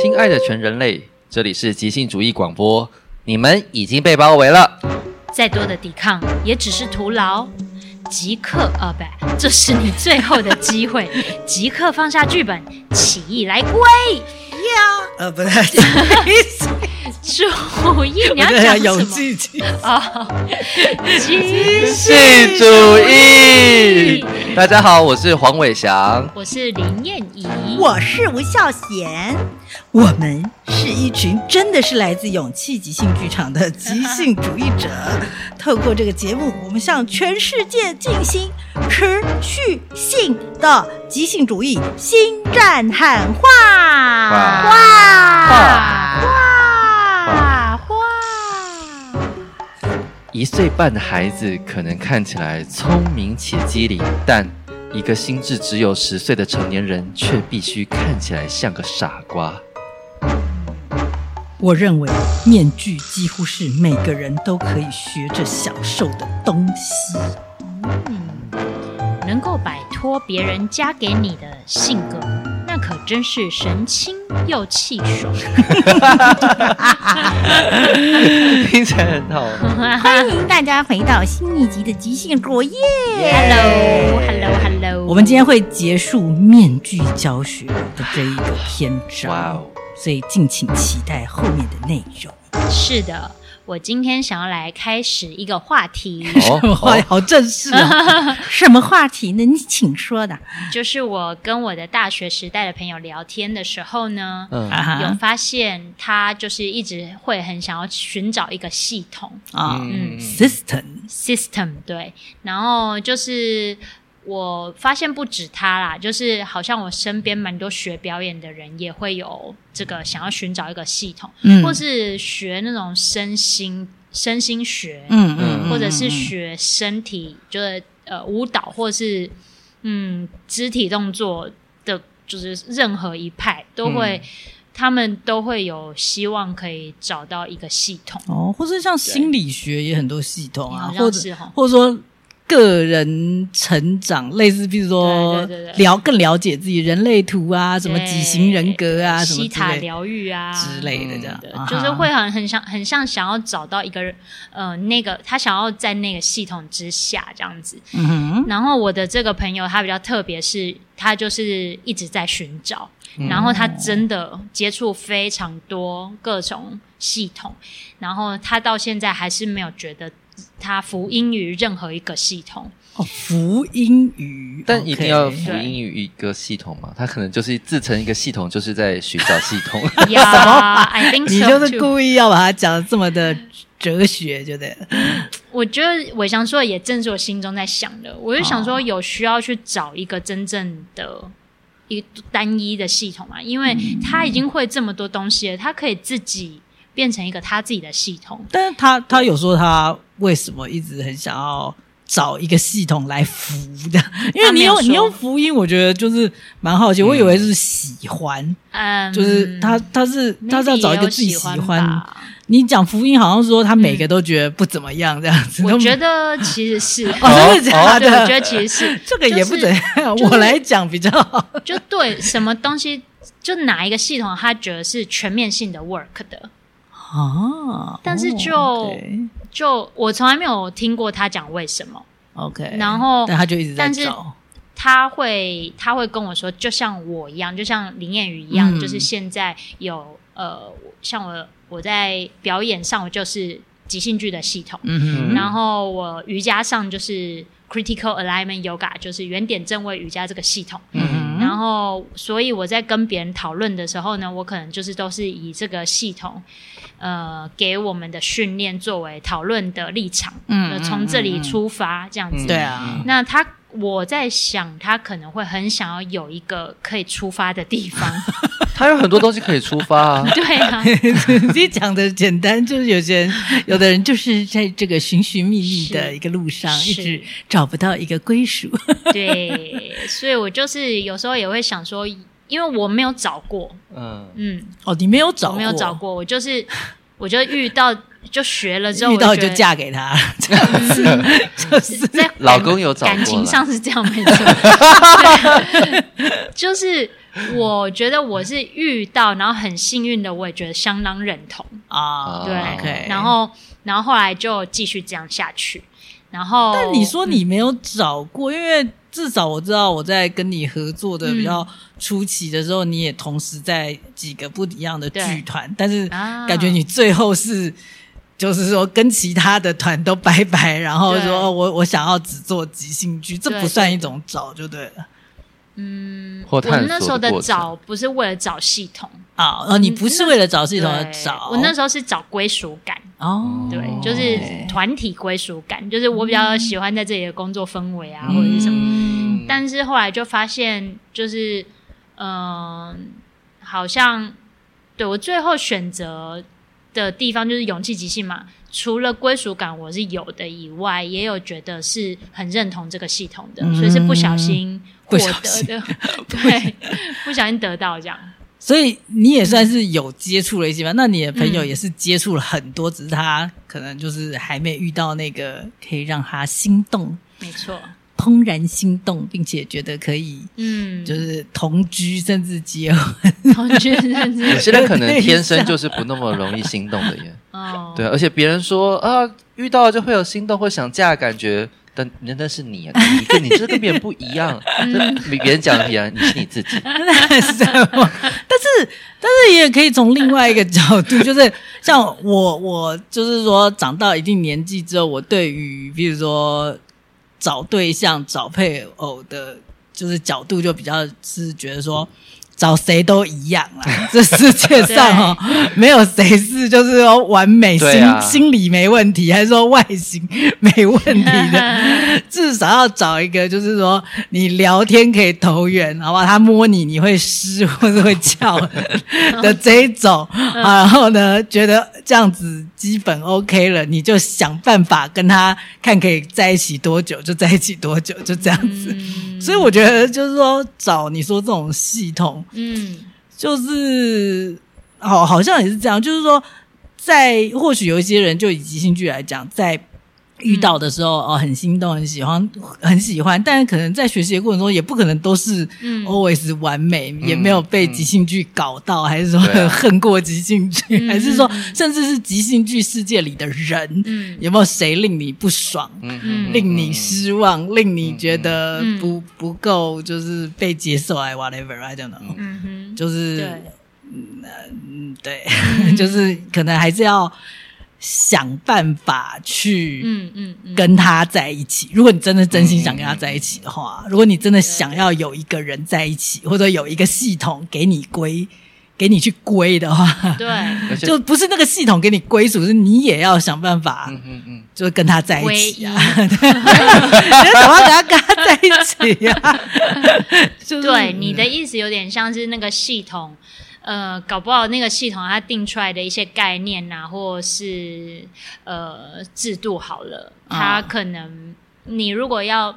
亲爱的全人类，这里是即兴主义广播，你们已经被包围了。再多的抵抗也只是徒劳。即刻，呃，不，这是你最后的机会，即刻放下剧本，起义来归。呃，不太， 我主义，你要在讲什想么有？自己。哦，即性主义，大家好，我是黄伟翔。我是林燕怡，我是吴孝贤，我们是一群真的是来自勇气即兴剧场的即兴主义者。透过这个节目，我们向全世界进行持续性的即兴主义新战喊话！哇哇哇哇，一岁半的孩子可能看起来聪明且机灵，但一个心智只有十岁的成年人却必须看起来像个傻 瓜。我认为面具几乎是每个人都可以学着享受的东西。能够摆脱别人加给你的性格，那可真是神清又气爽。听起来很 好。欢迎大家回到新一集的即兴作业。 Hello Hello Hello，我们今天会结束面具教学的这一个篇章，哇哦！所以敬请期待后面的内容。是的，我今天想要来开始一个话 题，哦，哇，好正式啊！什么话题呢？你请说的就是我跟我的大学时代的朋友聊天的时候呢，嗯， 有啊发现他就是一直会很想要寻找一个系统啊嗯，system system 对，然后就是。我发现不止他啦，就是好像我身边蛮多学表演的人也会有这个想要寻找一个系统，嗯或是学那种身心身心学，嗯嗯或者是学身体，就是呃舞蹈，或是嗯肢体动作的，就是任何一派都嗯会，他们都会有希望可以找到一个系统，哦，或者像心理学也很多系统啊好，或像者是哈。或者说。个人成长，类似比如说对对对对了更了解自己人类图啊，什么对几型人格啊，什么西之塔类疗愈啊之类的这样对，啊哈就是会很很想很像想要找到一个呃那个他想要在那个系统之下这样子。嗯哼，然后我的这个朋友他比较特别是，他就是一直在寻找，然后他真的接触非常多各种系统，然后他到现在还是没有觉得他服膺于任何一个系 统。哦，福音语，但一定要 OK 辅音于一个系统嘛？他可能就是自成一个系统，就是在寻找系统。呀、i think so 你就是 too 故意要把它讲的这么的哲学，就对了。我觉得伟翔说的也正是我心中在想的，我就想说有需要去找一个真正的。一个单一的系统嘛，因为他已经会这么多东西了，他可以自己变成一个他自己的系统。但是他他有说他为什么一直很想要找一个系统来服的，因为他没你有用你说用福音，我觉得就是蛮好奇，我以为是喜欢，嗯，就是他他是他是要 maybe 找一也个有自己喜喜欢欢。吧。嗯你讲福音好像说他每个都觉得不怎么样这样子，我都觉得其实是， 哦，真的假对，的？啊我觉得其实是，这个也不怎样，就是我来讲比较好。就对什么东西，就哪一个系统，他觉得是全面性的 work 的。啊但是就 OK 就我从来没有听过他讲为什么， OK，然后哦但他就一直在但是找，他会他会跟我说，就像我一样，就像林燕宇一样，嗯就是现在有呃，像我我在表演上，我就是即兴剧的系统，嗯然后我瑜伽上就是 critical alignment yoga，就是原点正位瑜伽这个系统。 嗯然后，所以我在跟别人讨论的时候呢，我可能就是都是以这个系统，呃，给我们的训练作为讨论的立场，嗯呃嗯从这里嗯出发这样嗯子。对啊，那他，我在想，他可能会很想要有一个可以出发的地 方。他有很多东西可以出发啊。对啊，你讲的简单，就是有些人，有的人就是在这个寻寻觅觅的是一个路上，是一直找不到一个归属。对，所以我就是有时候也会想说，因为我没有找过，嗯，嗯， 哦，你没有找我过，没有找，过，我就是我就遇到就学了之后，遇到我就觉得嫁给他，这样子就是 在老公有找过感情了 上是这样没错，对就是我觉得我是遇到，然后很幸运的，我也觉得相当认同。啊 啊，对 OK 然后，然后后来就继续这样下去。然后，但你说你没有找过，因为至少我知道我在跟你合作的嗯比较初期的时候，你也同时在几个不一样的剧团，但是啊感觉你最后是。就是说，跟其他的团都拜拜，然后对说哦我我想要只做即兴剧，这对不算一种找就对了嗯，或我探索那时候的的过程找不是为了找系统，啊。哦，你不是为了找系统而嗯对找，我那时候是找归属感，哦，嗯对，就是团体归属感，就是我比较喜欢在这里的工作氛围啊，或者是什么。么但是后来就发现，就是嗯、好像对我最后选择的地方就是勇气即兴嘛。除了归属感我是有的以外，也有觉得是很认同这个系统的，嗯所以是不小心获不小得 心的，对，不小心得到这样。所以你也算是有接触了一些吧？那你的朋友嗯也是接触了很多，只是他可能就是还没遇到那个可以让他心动、没错，怦然心动，并且觉得可以嗯，就是同居甚至结婚。同居认 有知，些人可能天生就是不那么容易心动的耶。哦，对，而且别人说啊，遇到了就会有心动或想嫁的感觉，但那那是你，啊你跟你这跟别人不一样，这比别人讲的别人，你是你自己。是这样吗？但是，但是也可以从另外一个角度，就是像我，我就是说，长到一定年纪之后，我对于比如说找对象、找配偶的，就是角度就比较是觉得说。找谁都一样啦，这世界上哦，没有谁是就是说完美对心、啊心理没问题，还是说外形没问题的， 至少要找一个，就是说你聊天可以投缘，好不好？他摸你，你会湿或是会翘的这一 种啊。然后呢，觉得这样子基本 OK 了，你就想办法跟他看可以在一起多久，就在一起多久，就这样子。嗯所以我觉得就是说找你说这种系统，嗯，就是好，好像也是这样，就是说，在或许有一些人就以即兴剧来讲，在遇到的时候、哦，很心动，很喜欢，很喜欢，但是可能在学习的过程中，也不可能都是嗯 always 完美，嗯也没有被即兴剧搞到，还是说对啊恨过即兴剧，嗯还是说嗯嗯甚至是即兴剧世界里的人，嗯有没有谁令你不爽？嗯嗯令你失望，令你觉得嗯嗯不、不够，就是被接受，I whatever，I don't know。嗯哼，就是对嗯，对，就是可能还是要想办法去嗯嗯嗯，跟他在一起。如果你真的真心想跟他在一起的话，如果你真的想要有一个人在一起，或者有一个系统给你归，给你去归的话，对，嗯而且就不是那个系统给你归属，是你也要想办法，嗯嗯嗯，就是跟他在唯一一起啊。你 要想办法跟他在一起啊。 就是对你的意思有点像是那个系统，呃，搞不好那个系统它定出来的一些概念啊，或是呃制度好了，它啊可能你如果要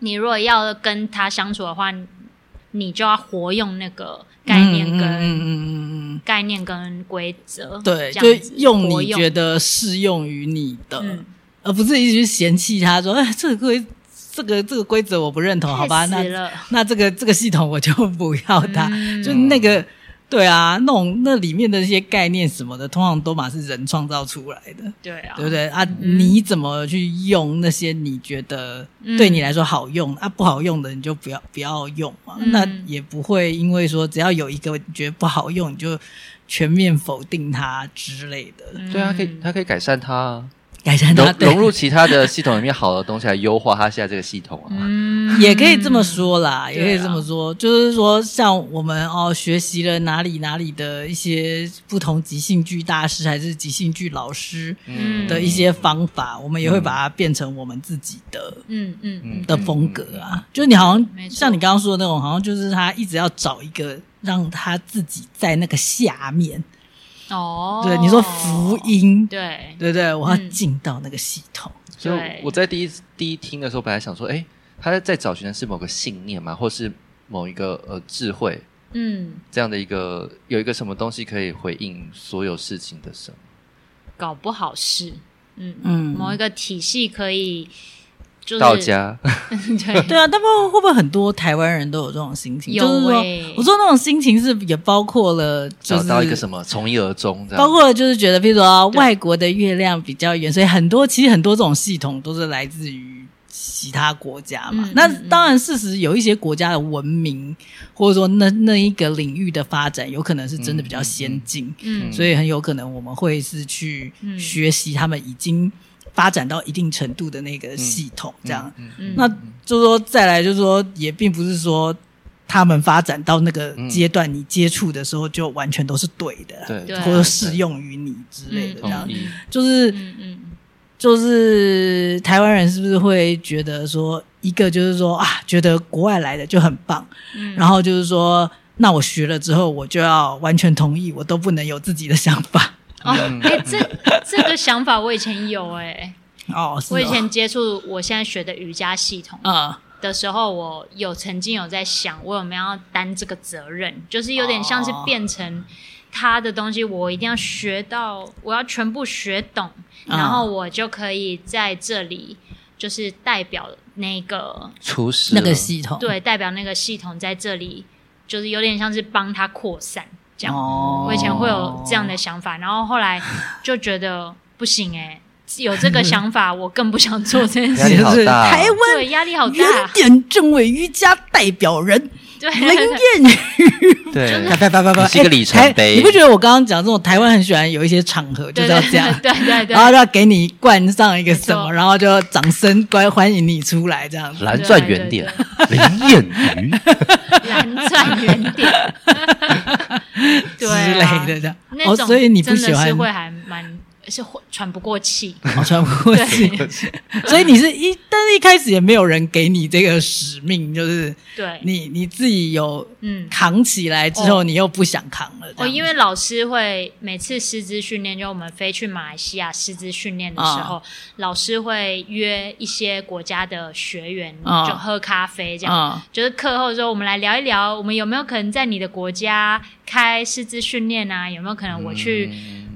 你如果要跟他相处的话，你就要活用那个 概念嗯嗯跟、嗯嗯嗯嗯嗯。概念跟规则，对，就这样子用活你用觉得适用于你的，嗯而不是一直去嫌弃他说，哎，这个规，这个这个规则我不认哦同，好吧？那太死了，那这个这个系统我就不要它，嗯就那个。对啊，那种那里面的一些概念什么的，通常都嘛是人创造出来的，对啊，对不对啊？你怎么去用那些你觉得嗯对你来说好用、啊不好用的，你就不要不要用嘛。嗯那也不会因为说只要有一个你觉得不好用，你就全面否定它之类的，嗯对啊，可以，他可以改善它啊，改善它 融对融入其他的系统里面好的东西，来优化它现在这个系统啊。 嗯也可以这么说啦，也可对以啊这么说，就是说，像我们哦，学习了哪里哪里的一些不同即兴剧大师还是即兴剧老师嗯的一些方法，我们也会把它变成我们自己的嗯嗯嗯的风格啊。就是你好没像错像你刚刚说的那种，好像就是他一直要找一个让他自己在那个下面，哦，对，你说福音，对，对不对？我要嗯进到那个系统，所以对我在第一第一听的时候，本来想说，哎，他在在找寻的是某个信念嘛，或是某一个呃智慧嗯，这样的一个有一个什么东西可以回应所有事情的什么？搞不好是，嗯，嗯，某一个体系可以就是到家， 对对啊，但不知道会不会很多台湾人都有这种心情？有就是说欸，我说那种心情是也包括了，就找是到一个什么，从一而终这包样。括了就是觉得，比如说对外国的月亮比较圆，所以很多其实很多这种系统都是来自于其他国家嘛。嗯那嗯嗯当然，事实有一些国家的文明或者说那那一个领域的发展，有可能是真的比较先进，嗯 嗯所以很有可能我们会是去嗯学习他们已经发展到一定程度的那个系统，这样。嗯，嗯那就是说，再来就是说，也并不是说他们发展到那个阶段，你接触的时候就完全都是对的，对对嗯对，啊或者适用于你之类的这同样。意。就是嗯嗯就是台湾人是不是会觉得说，一个就是说啊，觉得国外来的就很棒，嗯，然后就是说，那我学了之后，我就要完全同意，我都不能有自己的想 法。哦，嗯哎、这这个想法我以前有哎、哦，是哦我以前接触我现在学的瑜伽系统啊，的时候，我有曾经有在想，我有没有要担这个责任，就是有点像是哦变成他的东西，我一定要学到，我要全部学懂，嗯然后我就可以在这里就是代表那个厨师那个了系统对，代表那个系统在这里，就是有点像是帮他扩散这样。哦我以前会有这样的想法，然后后来就觉得不行哎、有这个想法，我更不想做这件 压事。力好大啊台湾对，压力好原大。啊点政委瑜伽代 表人对，林燕宇，对，啪啪啪啪啪，你 是一个里程碑哎台你不觉得我刚刚讲这种台湾很喜欢有一些场合对就是要这样， 对对对然后要给你冠上一个什没么，错然后就掌声关欢迎你出来这样子。蓝钻原点， 林燕鱼对，蓝钻原点，对啊之类的这样那哦种所以你不真的喜欢 是会还蛮是会喘不过气，我穿 过去，所以你是一，但是一开始也没有人给你这个使命，就是对，你你自己有嗯。扛起来之后，哦你又不想扛了这样子。哦，因为老师会每次师资训练，就我们飞去马来西亚师资训练的时候，老师会约一些国家的学员、啊就喝咖啡这样，啊，就是课后说我们来聊一聊，我们有没有可能在你的国家开师资训练啊？有没有可能我去、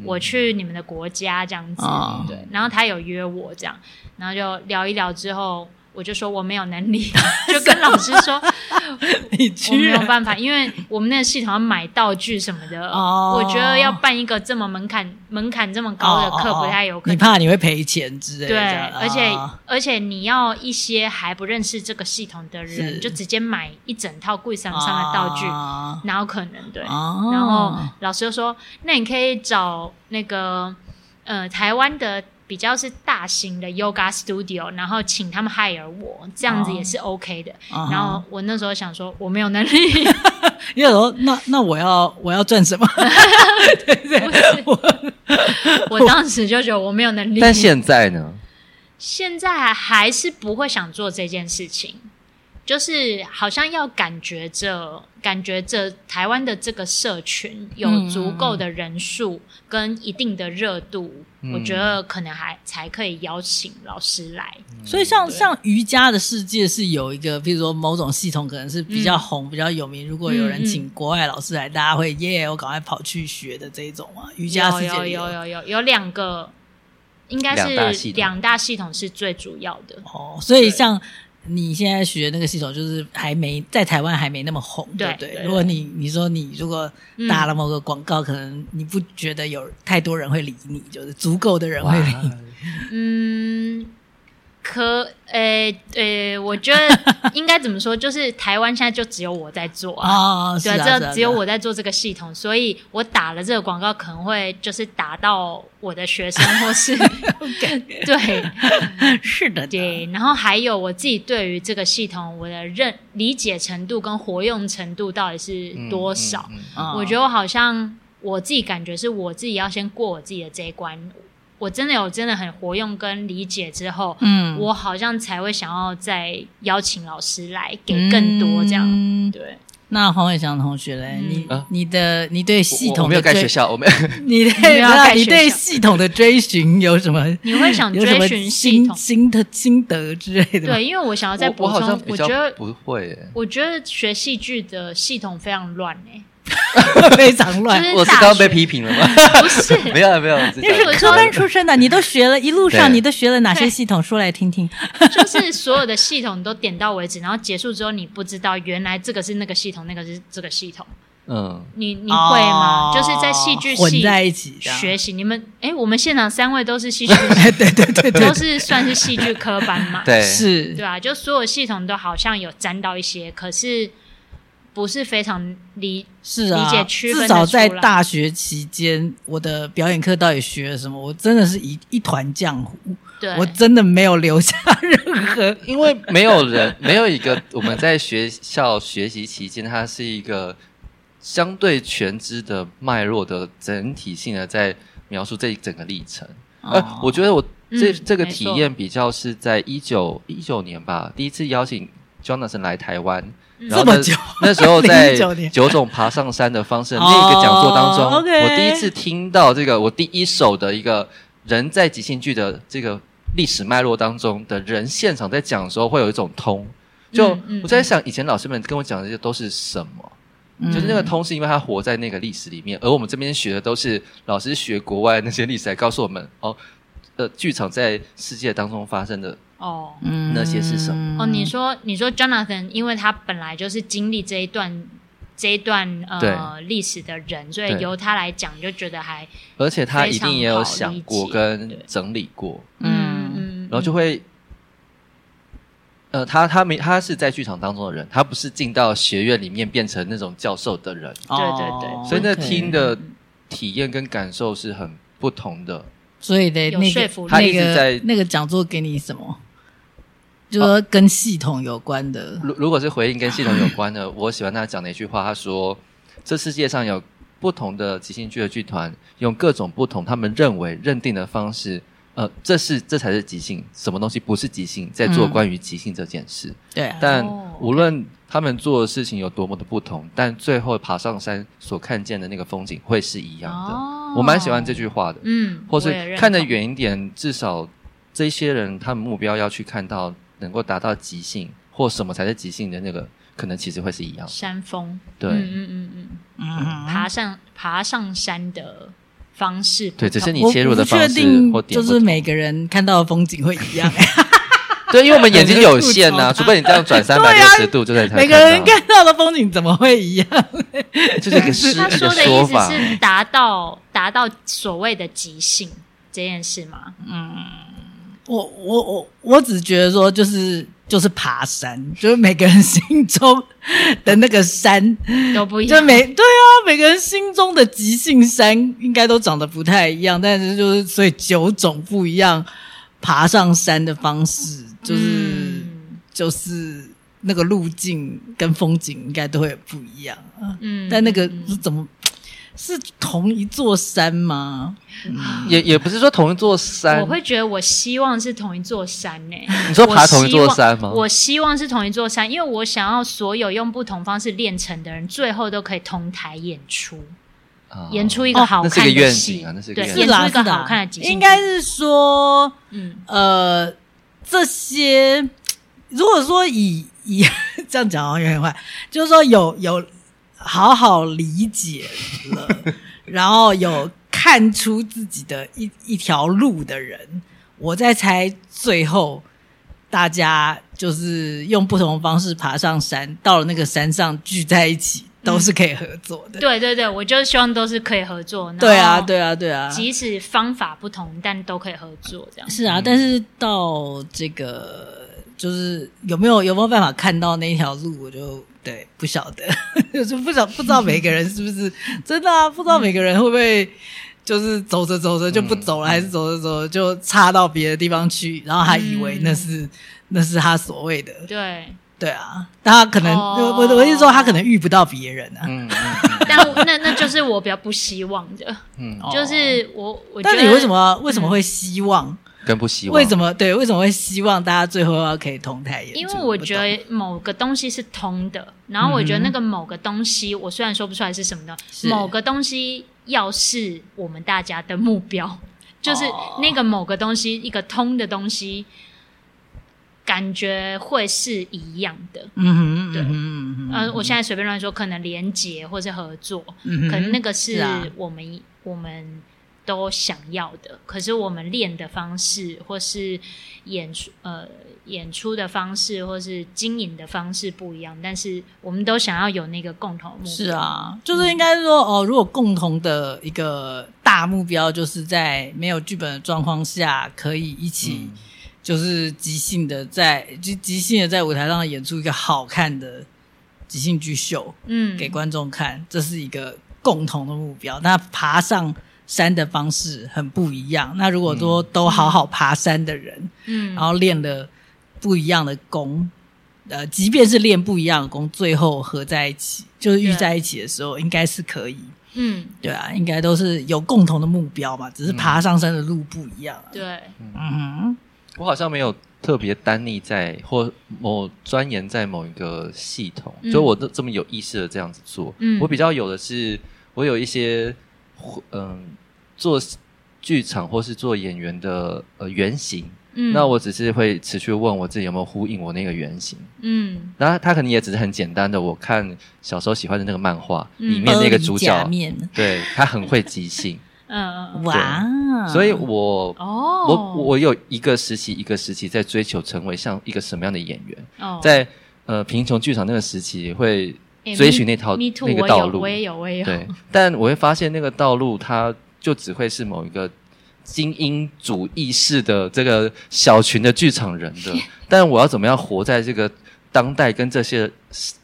我去你们的国家这样子？嗯哦对，然后他有约我这样，然后就聊一聊之后。我就说我没有能 力，就跟老师说你我没 居有然办法，因为我们那个系统要买道具什么的，哦我觉得要办一个这么门槛门槛这么高的课哦哦哦不太有可你能。怕你会赔钱之类的这对，样。而且、啊而且你要一些还不认识这个系统的是人，就直接买一整套柜上上的道具，啊哪有可能？对。哦然后老师就说：“那你可以找那个呃台湾的比较是大型的 yoga studio，然后请他们 hire 我，这样子哦也是 OK 的。啊哈然后我那时候想说，我没有能 力，因为我说那那我要我要赚什么？ 不是我当时就觉得我没有能力。但现在呢？现在还是不会想做这件事情，就是好像要感觉着，感觉着台湾的这个社群有足够的人数跟一定的热度，嗯我觉得可能还才可以邀请老师来。 所以像对像瑜伽的世界是有一个，比如说某种系统可能是比嗯较红、比较有名，如果有人请国外老师来，大家会耶，我赶快跑去学的这一种啊。瑜伽世有界有里有有有有两个，应该两大系是统两大系统是最主要的。哦，所以像。你现在学那个系统，就是还没在台湾还没那么红，对对不对？对如果你你说你如果嗯打了某个广告，可能你不觉得有太多人会理你，就是足够的人会理你。嗯，可，呃呃，我觉得应该怎么说，就是台湾现在就只有我在做啊。哦，是对啊，是啊这是啊只有我在做这个系统，所以我打了这个广告，可能会就是打到我的学生，或 是对是 的，对。然后还有我自己对于这个系统，我的认理解程度跟活用程度到底是嗯多少？？嗯嗯啊我觉得我好像我自己感觉是我自己要先过我自己的这一关，我真的有真的很活用跟理解之后，嗯我好像才会想要再邀请老师来给更多这样。嗯对，那黄伟翔同学嘞，嗯你、啊你的你对系我统我没有的盖追学，校，我没有。 你 的没有盖你学对校系统的追寻有什么？你会想有什么追寻系心统？心的心得之类的吗？对，因为我想要再我补我好充像，我比较觉得不会耶。 我觉得学戏剧的系统非常乱哎、非常就乱。是我是大刚刚被学批评了吗？ 不是，没有啊没有，哦你是我科说班出身的，你都学了一路上，对你都学了哪些系统？说来听听。就是所有的系统都点到为止，然后结束之后你不知道原来这个是那个系统，那个是这个系统，嗯，你你会吗？哦就是在戏剧混系在一起啊这样学习，你们哎，我们现场三位都是戏剧系， 对对对 对都是算是戏剧科班 嘛，对，对是啊，就所有系统都好像有沾到一些，可是不是非常理是啊，理解区分得至少在出来大学期间，我的表演课到底学了什么？我真的是一一团浆糊，对，我真的没有留下任何。因为没有人， 没有一个我们在学校学习期间，它是一个相对全知的脉络的整体性的在描述这一整个历程。呃，我觉得我这、嗯这个没体错验比较是在一九一九年吧，第一次邀请 Jonathan 来台湾，嗯然后这么那久那时候在2019年九种爬上山的方式那个讲座当中，哦，OK 我第一次听到这个，我第一手的一个人在即兴剧的这个历史脉络当中的人现场在讲的时候，会有一种通。就嗯嗯嗯我在想，以前老师们跟我讲的这些都是什么？ 就是那个通是因为他活在那个历史里面，而我们这边学的都是老师学国外那些历史来告诉我们哦，呃，剧场在世界当中发生的哦。嗯那些是什么哦，你说你说 Jonathan，因为他本来就是经历这一段这一段呃历史的人，所以对由他来讲，就觉得还而且他一定也有非常好想理过解跟对整理过，嗯嗯嗯，然后就会，呃，他他没他是在剧场当中的人，他不是进到学院里面变成那种教授的人，对对对哦所以那嗯哦 OK 听的体验跟感受是很不同的。所以的有那说个服力他那一直个在那个讲座给你什么？就说跟系统有关的，如如果是回应跟系统有关的，我喜欢他讲的一句话，他说：“这世界上有不同的即兴剧的剧团，用各种不同他们认为认定的方式，呃，这是这才是即兴，什么东西不是即兴，在做嗯关于即兴这件事。对啊，但哦无论他们做的事情有多么的不同，但最后爬上山所看见的那个风景会是一样的。哦我蛮喜欢这句话的，嗯，或我也认是同看得，远一点，至少这些人他们目标要去看到能够达到极性，或什么才是极性的那个，可能其实会是一样的。山峰，对嗯嗯嗯嗯嗯，嗯爬上爬上山的方式啊对，不同，只是你我切入我的不确方式定或点就不是同每个人看到的风景会 一样，欸对，因为我们眼睛 有限我呐、们除非你这样转三百六啊十度，就在才每个人到看到的风景怎么会一样？就是一个诗他一说个的意说思法。是达到达到所谓的极性这件事吗？ 我我我我只觉得说，就是就是爬山，就是每个人心中的那个山，都不一就样，每对啊，每个人心中的极性山应该都长得不太一样，但是就是所以九种不一样爬上山的方式，就是、嗯就是那个路径跟风景应该都会不一样。嗯，但那个嗯是怎么是同一座山吗？也也不是说同一座山，我会觉得我希望是同一座山呢、 你说爬同一座山吗？我希望我希望是同一座山，因为我想要所有用不同方式练成的人，最后都可以同台演出，啊演出一个好那是一看个的愿戏景啊，那是一个对愿演景出是。啦，一个是啦好看的即兴剧应该是说嗯，呃，这些如果说以以 这样讲好像有点坏，就是说有有好好理解了，然后有看出自己的一 一条路的人，我在猜最后大家就是用不同的方式爬上山，到了那个山上聚在一起，都是可以合作的。对对对，我就希望都是可以合作。然后对啊，，对啊，对啊，即使方法不同，但都可以合作这样。是啊，但是到这个就是有没有有没有办法看到那一条路，我就对不晓得， 就是不晓不知道每个人是不是真的嗯啊，不知道每个人会不会就是走着走着就不走嗯了，还是走着走着就插到别的地方去，然后还以为那是、嗯那是他所谓的，对，对啊，但他可能、哦我我我是说他可能遇不到别人啊，嗯嗯嗯但我那那就是我比较不希望的，嗯，就是我我觉哦但得嗯你为什么为什么会希望？跟不希望。为什么对？为什么会希望大家最后要可以同台演出？因为我觉不懂得某个东西是通的，然后我觉得那个某个东西，我虽然说不出来是什么的，是某个东西要是我们大家的哦目标，就是那个某个东西，一个通的东西，感觉会是一样的。嗯哼，对嗯哼嗯哼呃，我现在随便乱说，可能连结或是合作，嗯哼可能那个是是啊我们、我们都想要的，可是我们练的方式，或是演出呃演出的方式，或是经营的方式不一样，但是我们都想要有那个共同目标。是，啊，就是应该说哦，如果共同的一个大目标，就是在没有剧本的状况下，可以一起嗯就是即兴的在即即兴的在舞台上演出一个好看的即兴剧秀嗯，给观众看，这是一个共同的目标。那爬上山的方式很不一样。那如果说都好好爬山的人，嗯，然后练了不一样的功，呃，即便是练不一样的功，最后合在一起，就是遇对在一起的时候，应该是可以。嗯，对啊，应该都是有共同的目标嘛，只是爬上山的路不一样、啊。对，嗯我好像没有特别单立在或某钻研在某一个系统，嗯就我都这么有意识的这样子做。嗯我比较有的是，我有一些嗯做剧场或是做演员的呃原型，嗯，那我只是会持续问我自己有没有呼应我那个原型。嗯然后他可能也只是很简单的，我看小时候喜欢的那个漫画、嗯里哼，面那个阿主里假角，面，对他很会即兴，嗯嗯，哇！所以我哦，我我有一个时期一个时期在追求成为像一个什么样的演员，哦在呃贫穷剧场那个时期会诶追寻那套 me, me too, 那个我道有路我，也有，我也有，对，但我会发现那个道路它就只会是某一个精英主义式的这个小群的剧场人 的，但我要怎么样活在这个当代跟这些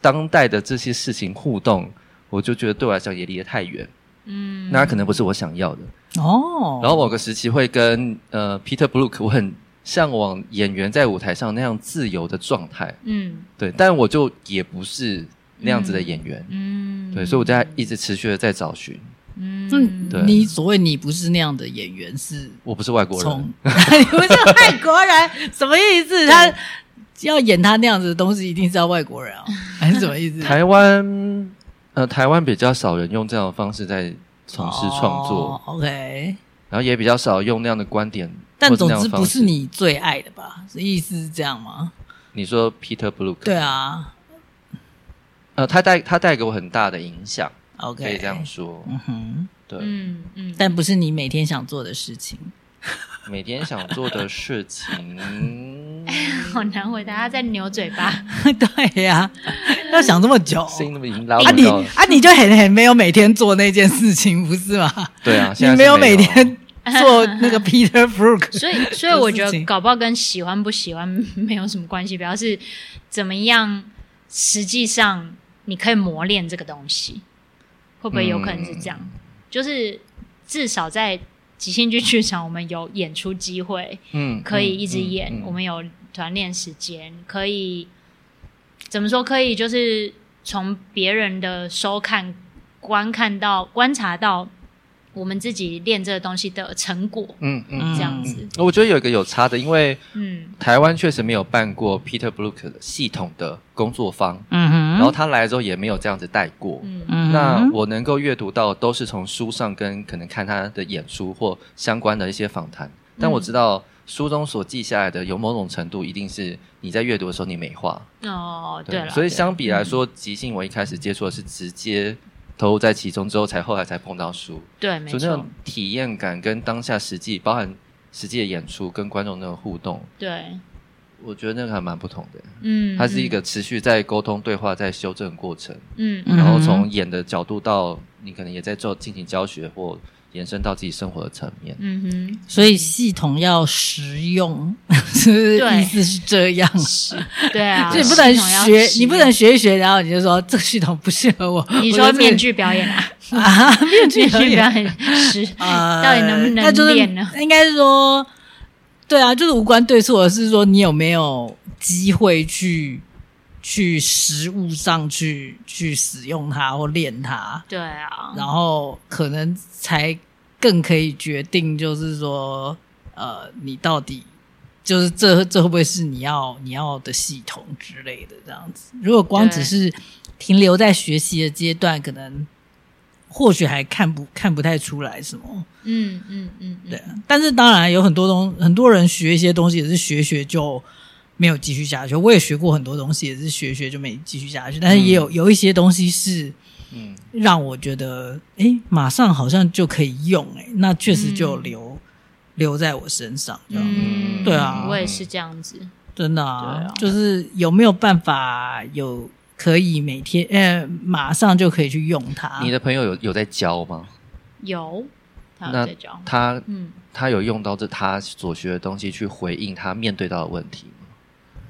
当代的这些事情互动，我就觉得对我来讲也离得太远，嗯，那可能不是我想要的。哦，然后某个时期会跟呃 Peter Brook，我很向往演员在舞台上那样自由的状态，嗯对，但我就也不是那样子的演员，嗯，对，所以我在一直持续的在找寻，嗯嗯对，你所谓你不是那样的演员，是我不是外国人，从 你不是外国人，什么意思？他要演他那样子的东西，一定是要外国人啊、还是什么意思？台湾呃台湾比较少人用这样的方式在从事创作，哦、，OK。然后也比较少用那样的观点，但或者总那样之的不方是式。你最爱的吧？意思是这样吗？你说 Peter Brook，对，啊呃，他带他带给我很大的影响， ，OK，可以这样。说，嗯哼，对，嗯嗯，但不是你每天想做的事情。 每天想做的事情。 好难回答，他在扭嘴巴，对呀、要想这么久声音那么已经拉啊不你？到了啊，，你就很很没有每天做那件事情，不是吗？对啊，你现在是没没有每天做那个 Peter Brook，所以所以我觉事得情搞不好跟喜欢不喜欢没有什么关系，主要是怎么样，实际上你可以磨练这个东西，会不会有可能是这样？就是至少在即兴剧剧场，我们有演出机会，嗯，可以一直演，嗯嗯嗯我们有团练时间，可以怎么说？可以就是从别人的收看、观看到、观察到我们自己练这个东西的成果，嗯嗯嗯这样子。我觉得有一个有差的，因为嗯台湾确实没有办过 Peter Brook 系统的工作坊，嗯哼，然后他来之后也没有这样子带过。嗯嗯哼那我能够阅读到都是从书上跟可能看他的演出或相关的一些访谈，嗯但我知道书中所记下来的有某种程度一定是你在阅读的时候你美化，哦，对了，所以相比来说，即兴我一开始接触的是直接投入在其中之后，才后来才碰到书，对，没所以那错种，体验感跟当下实际，包含实际的演出跟观众那种互动，对，我觉得那个还蛮不同的。嗯，它是一个持续在沟通、对话、在修正的过程，嗯，嗯嗯然后从演的角度到你可能也在做进行教学或延伸到自己生活的层面。嗯所以系统要实用， 是不是对意思是这样？所哼，对啊，以你不能系统要学，实你不能学一学，然后你就说这个系统不适合我。你我说就是面具表演 啊，啊，面具面可以具表演 是啊，到底能不那就能是练呢？应该是说，对啊，就是无关对错，而是说你有没有机会去去实物上去去使用它或练它，对啊，然后可能才更可以决定，就是说，呃，你到底。就是这这会不会是你要你要的系统之类的这样子？如果光对只是停留在学习的阶段，可能或许还看不看不太出来什么。嗯嗯嗯，嗯对，但是当然有很多东很多人学一些东西也是学学就没有继续下去。我也学过很多东西，也是学一学就没继续下去，但是也有、有一些东西是嗯让我觉得，哎，马上好像就可以用，哎，那确实就嗯留、留在我身上，这样嗯，对啊我也是这样子。真的对啊啊，就是有没有办法有可以每天呃马上就可以去用它？你的朋友有有在教吗？有，他那有在教。他嗯，他有用到这他所学的东西去回应他面对到的问题吗？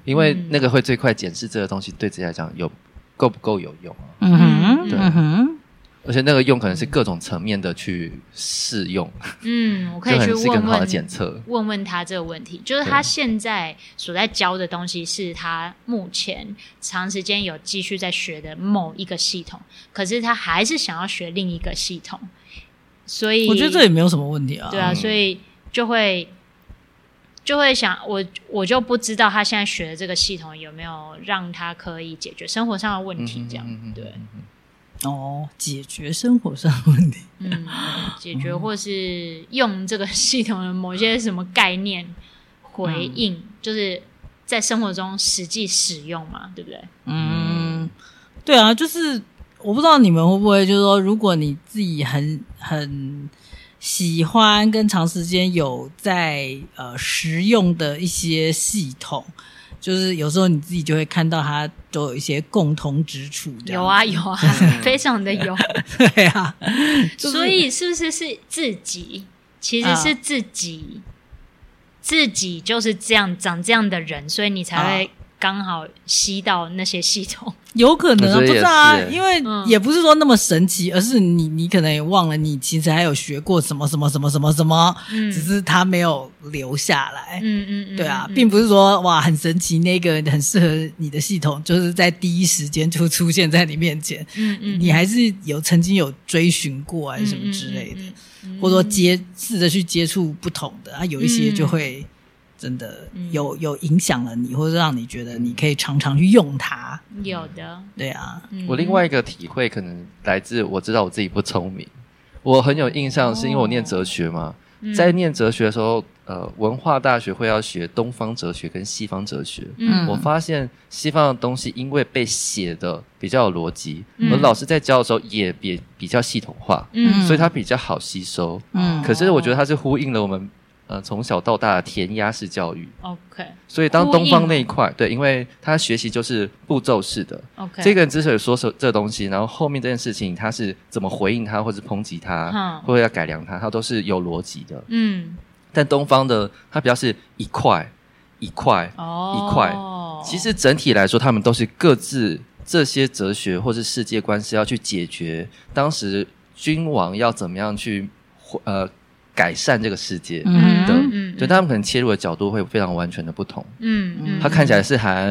因为嗯那个会最快检视这个东西对自己来讲有够不够有用啊，嗯哼，对嗯哼，而且那个用可能是各种层面的去试用，嗯，我可这以很去是一个问很好的问检测。问问他这个问题，就是对他现在所在教的东西是他目前长时间有继续在学的某一个系统，可是他还是想要学另一个系统，所以我觉得这也没有什么问题啊。对啊，嗯所以就会就会想我我就不知道他现在学的这个系统有没有让他可以解决生活上的问题，这样、嗯哼对，，哦，解决生活上的问题。 嗯，解决或是用这个系统的某些什么概念回嗯应，就是在生活中实际使用嘛，对不对？嗯，对啊，就是我不知道你们会不会，就是说，如果你自己很很喜欢跟长时间有在呃实用的一些系统，就是有时候你自己就会看到它都有一些共同之处。这样有，啊有啊，非常的 有， 对啊，就是嗯所以是不是是自己？其实是自己，自己就是这样长这样的人，所以你嗯才会刚好吸到那些系统。有可能啊，我不觉得知道啊也是，欸因为嗯也不是说那么神奇，而是你你可能也忘了，你其实还有学过什么什么什么什么什么，嗯 只是它没有留下来。嗯嗯嗯，对啊，嗯并不是说哇很神奇，那个很适合你的系统，就是在第一时间就出现在你面前，嗯嗯，你还是有曾经有追寻过啊嗯什么之类的，，嗯嗯嗯或者说接试着去接触不同的啊，有一些嗯就会真的嗯有有影响了你，或者让你觉得你可以常常去用它。嗯有的。对啊，嗯我另外一个体会可能来自我知道我自己不聪明，我很有印象是因为我念哲学嘛，嗯在念哲学的时候，呃，文化大学会要学东方哲学跟西方哲学。嗯我发现西方的东西因为被写的比较有逻辑，嗯而老师在教的时候也比比较系统化，嗯哦所以它比较好吸收。嗯可是我觉得它是呼应了我们呃从小到大的填鸭式教育， ，OK 所以当呼东方应那一块，对，因为他学习就是步骤式的， OK，这个人之所以说是这东西，然后后面这件事情他是怎么回应他，或是抨击他，嗯或者要改良他，他都是有逻辑的。嗯但东方的他比较是一块一块，哦一块其实整体来说，他们都是各自这些哲学或是世界观是要去解决当时君王要怎么样去呃改善这个世界，嗯嗯的嗯，所以他们可能切入的角度会非常完全的不同。嗯嗯，他看起来是还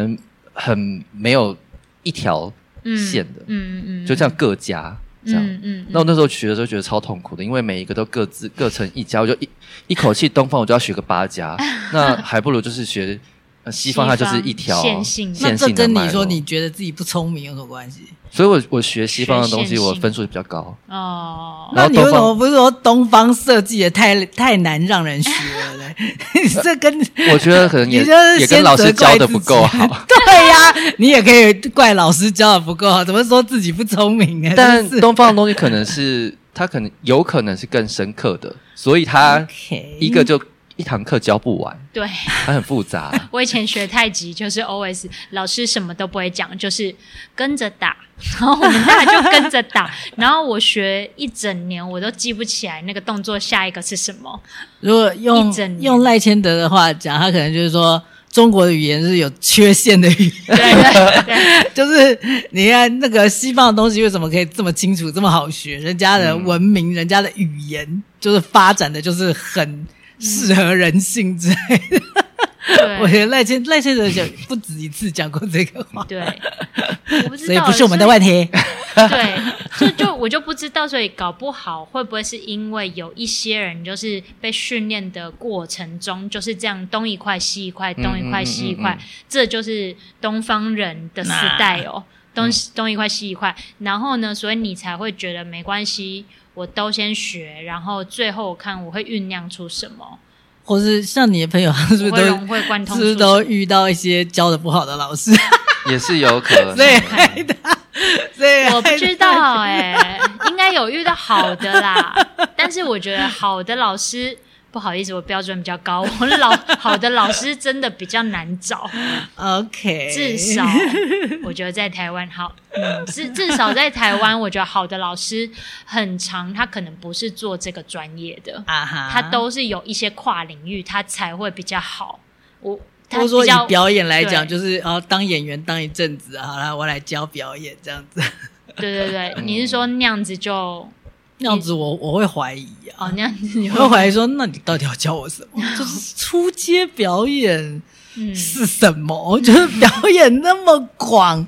很没有一条线的，嗯嗯嗯，就这样各家这样。嗯嗯，那我那时候学的时候觉得超痛苦的，因为每一个都各自各成一家，我就一一口气东方我就要学个八 家，那还不如就是学呃西方，西它方就是一条线性的那线这性的跟脉你络说你，觉得自己不聪明有什么关系？所以我我学西方的东学西，线性我分数比较高。哦，然那后你为东什方么不是说东方设计的太太难让人学了嘞？ 这跟我觉得可能也你就是也先跟老师责怪教的自不己，够好 对呀、你也可以怪老师教的不够好，怎么说自己不聪明呢？但真是东方的东西可能是它可能有可能是更深刻的，所以它 OK 一个就一堂课教不完，对它很复杂。 我以前学太极就是 always 老师什么都不会讲，就是跟着打，然后我们大家就跟着打，然后我学一整年我都记不起来那个动作下一个是什么，如果用一整年用赖千德的话讲，他可能就是说中国的语言是有缺陷的语言， 对对对，就是你看那个西方的东西为什么可以这么清楚、这么好学？人家的文明、人家的语言就是发展的就是很适合人性之类的。 我觉得赖千赖千德讲不止一次讲过这个话，对，我不知道，所以不是我们的问题。 对，就就我就不知道，所以搞不好会不会是因为有一些人就是被训练的过程中就是这样东一块西一块，东一块西一块，嗯嗯嗯这就是东方人的时代嗯哦，东东一块西一块。然后呢，所以你才会觉得没关系，我都先学，然后最后我看我会酝酿出什么。或是像你的朋友，他是不是不会都融会贯通是不是数都学遇到一些教的不好的 老师？也是有可能。所以害的，所以 我不害知他道哎、应该有遇到好的啦， 但是我觉得好的老师。不好意思，我标准比较高，我老好的老师真的比较难 找， OK，至少我觉得在台湾好，嗯，至至少在台湾，我觉得好的老师很长，他可能不是做这个专业的，啊哈，他都是有一些跨领域，他才会比较好。我他或者说比较以表演来讲，对就是啊，当演员当一阵子，啊好啦，我来教表演这样子， 对对嗯对，你是说那样子就那样子我我会怀疑啊，哦那样子你你会怀疑说，那你到底要教我什 么？就是出街表演嗯是什么？ 就是表演那么 广，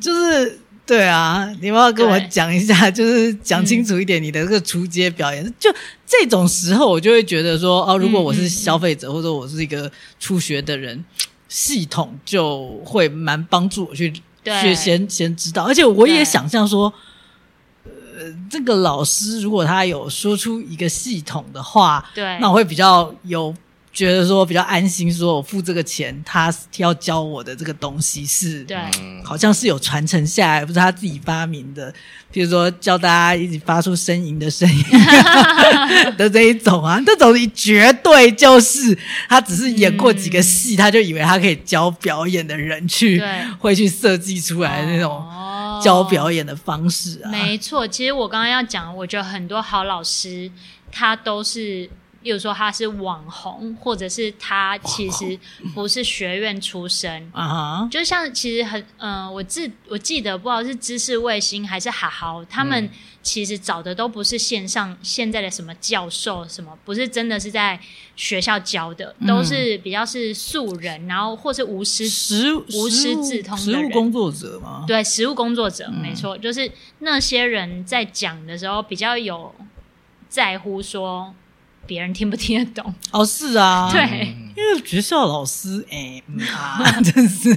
就是。对啊，你要不要跟我嗯对讲一下，就是讲清楚一点你的这个出街表演。就这种时候，我就会觉得说，哦，如果我嗯是嗯消费者，或者我是一个初学的人，系统就会蛮帮助我去对去先先知道。而且我也对想象说，呃，这个老师如果他有说出一个系统的话，对那我会比较有觉得说比较安心，说我付这个钱，他要教我的这个东西是对嗯好像是有传承下来，不是他自己发明的。比如说教大家一起发出呻吟的声 音的这一种啊，这种绝对就是他只是演过几个戏，他就以为他可以教表演的人嗯去对 会去设计出来的那种哦教表演的方式啊。没错，其实我刚刚要讲，我觉得很多好老师他都是，例如说他是网红，或者是他其实不是学院出身。啊哈，就像其实很，嗯、我记我记得不知道是知识卫星还是哈豪，他嗯们其实找的都不是线上现在的什么教授什么，不是真的是在学校教的，嗯都是比较是素人，然后或是无师实无师自通的实务人工作者嘛，对，实务工作者，嗯没错，就是那些人在讲的时候比较有在乎说别人听不听得懂，哦是啊， 对，因为学校老师，哎、 嗯啊，真 是，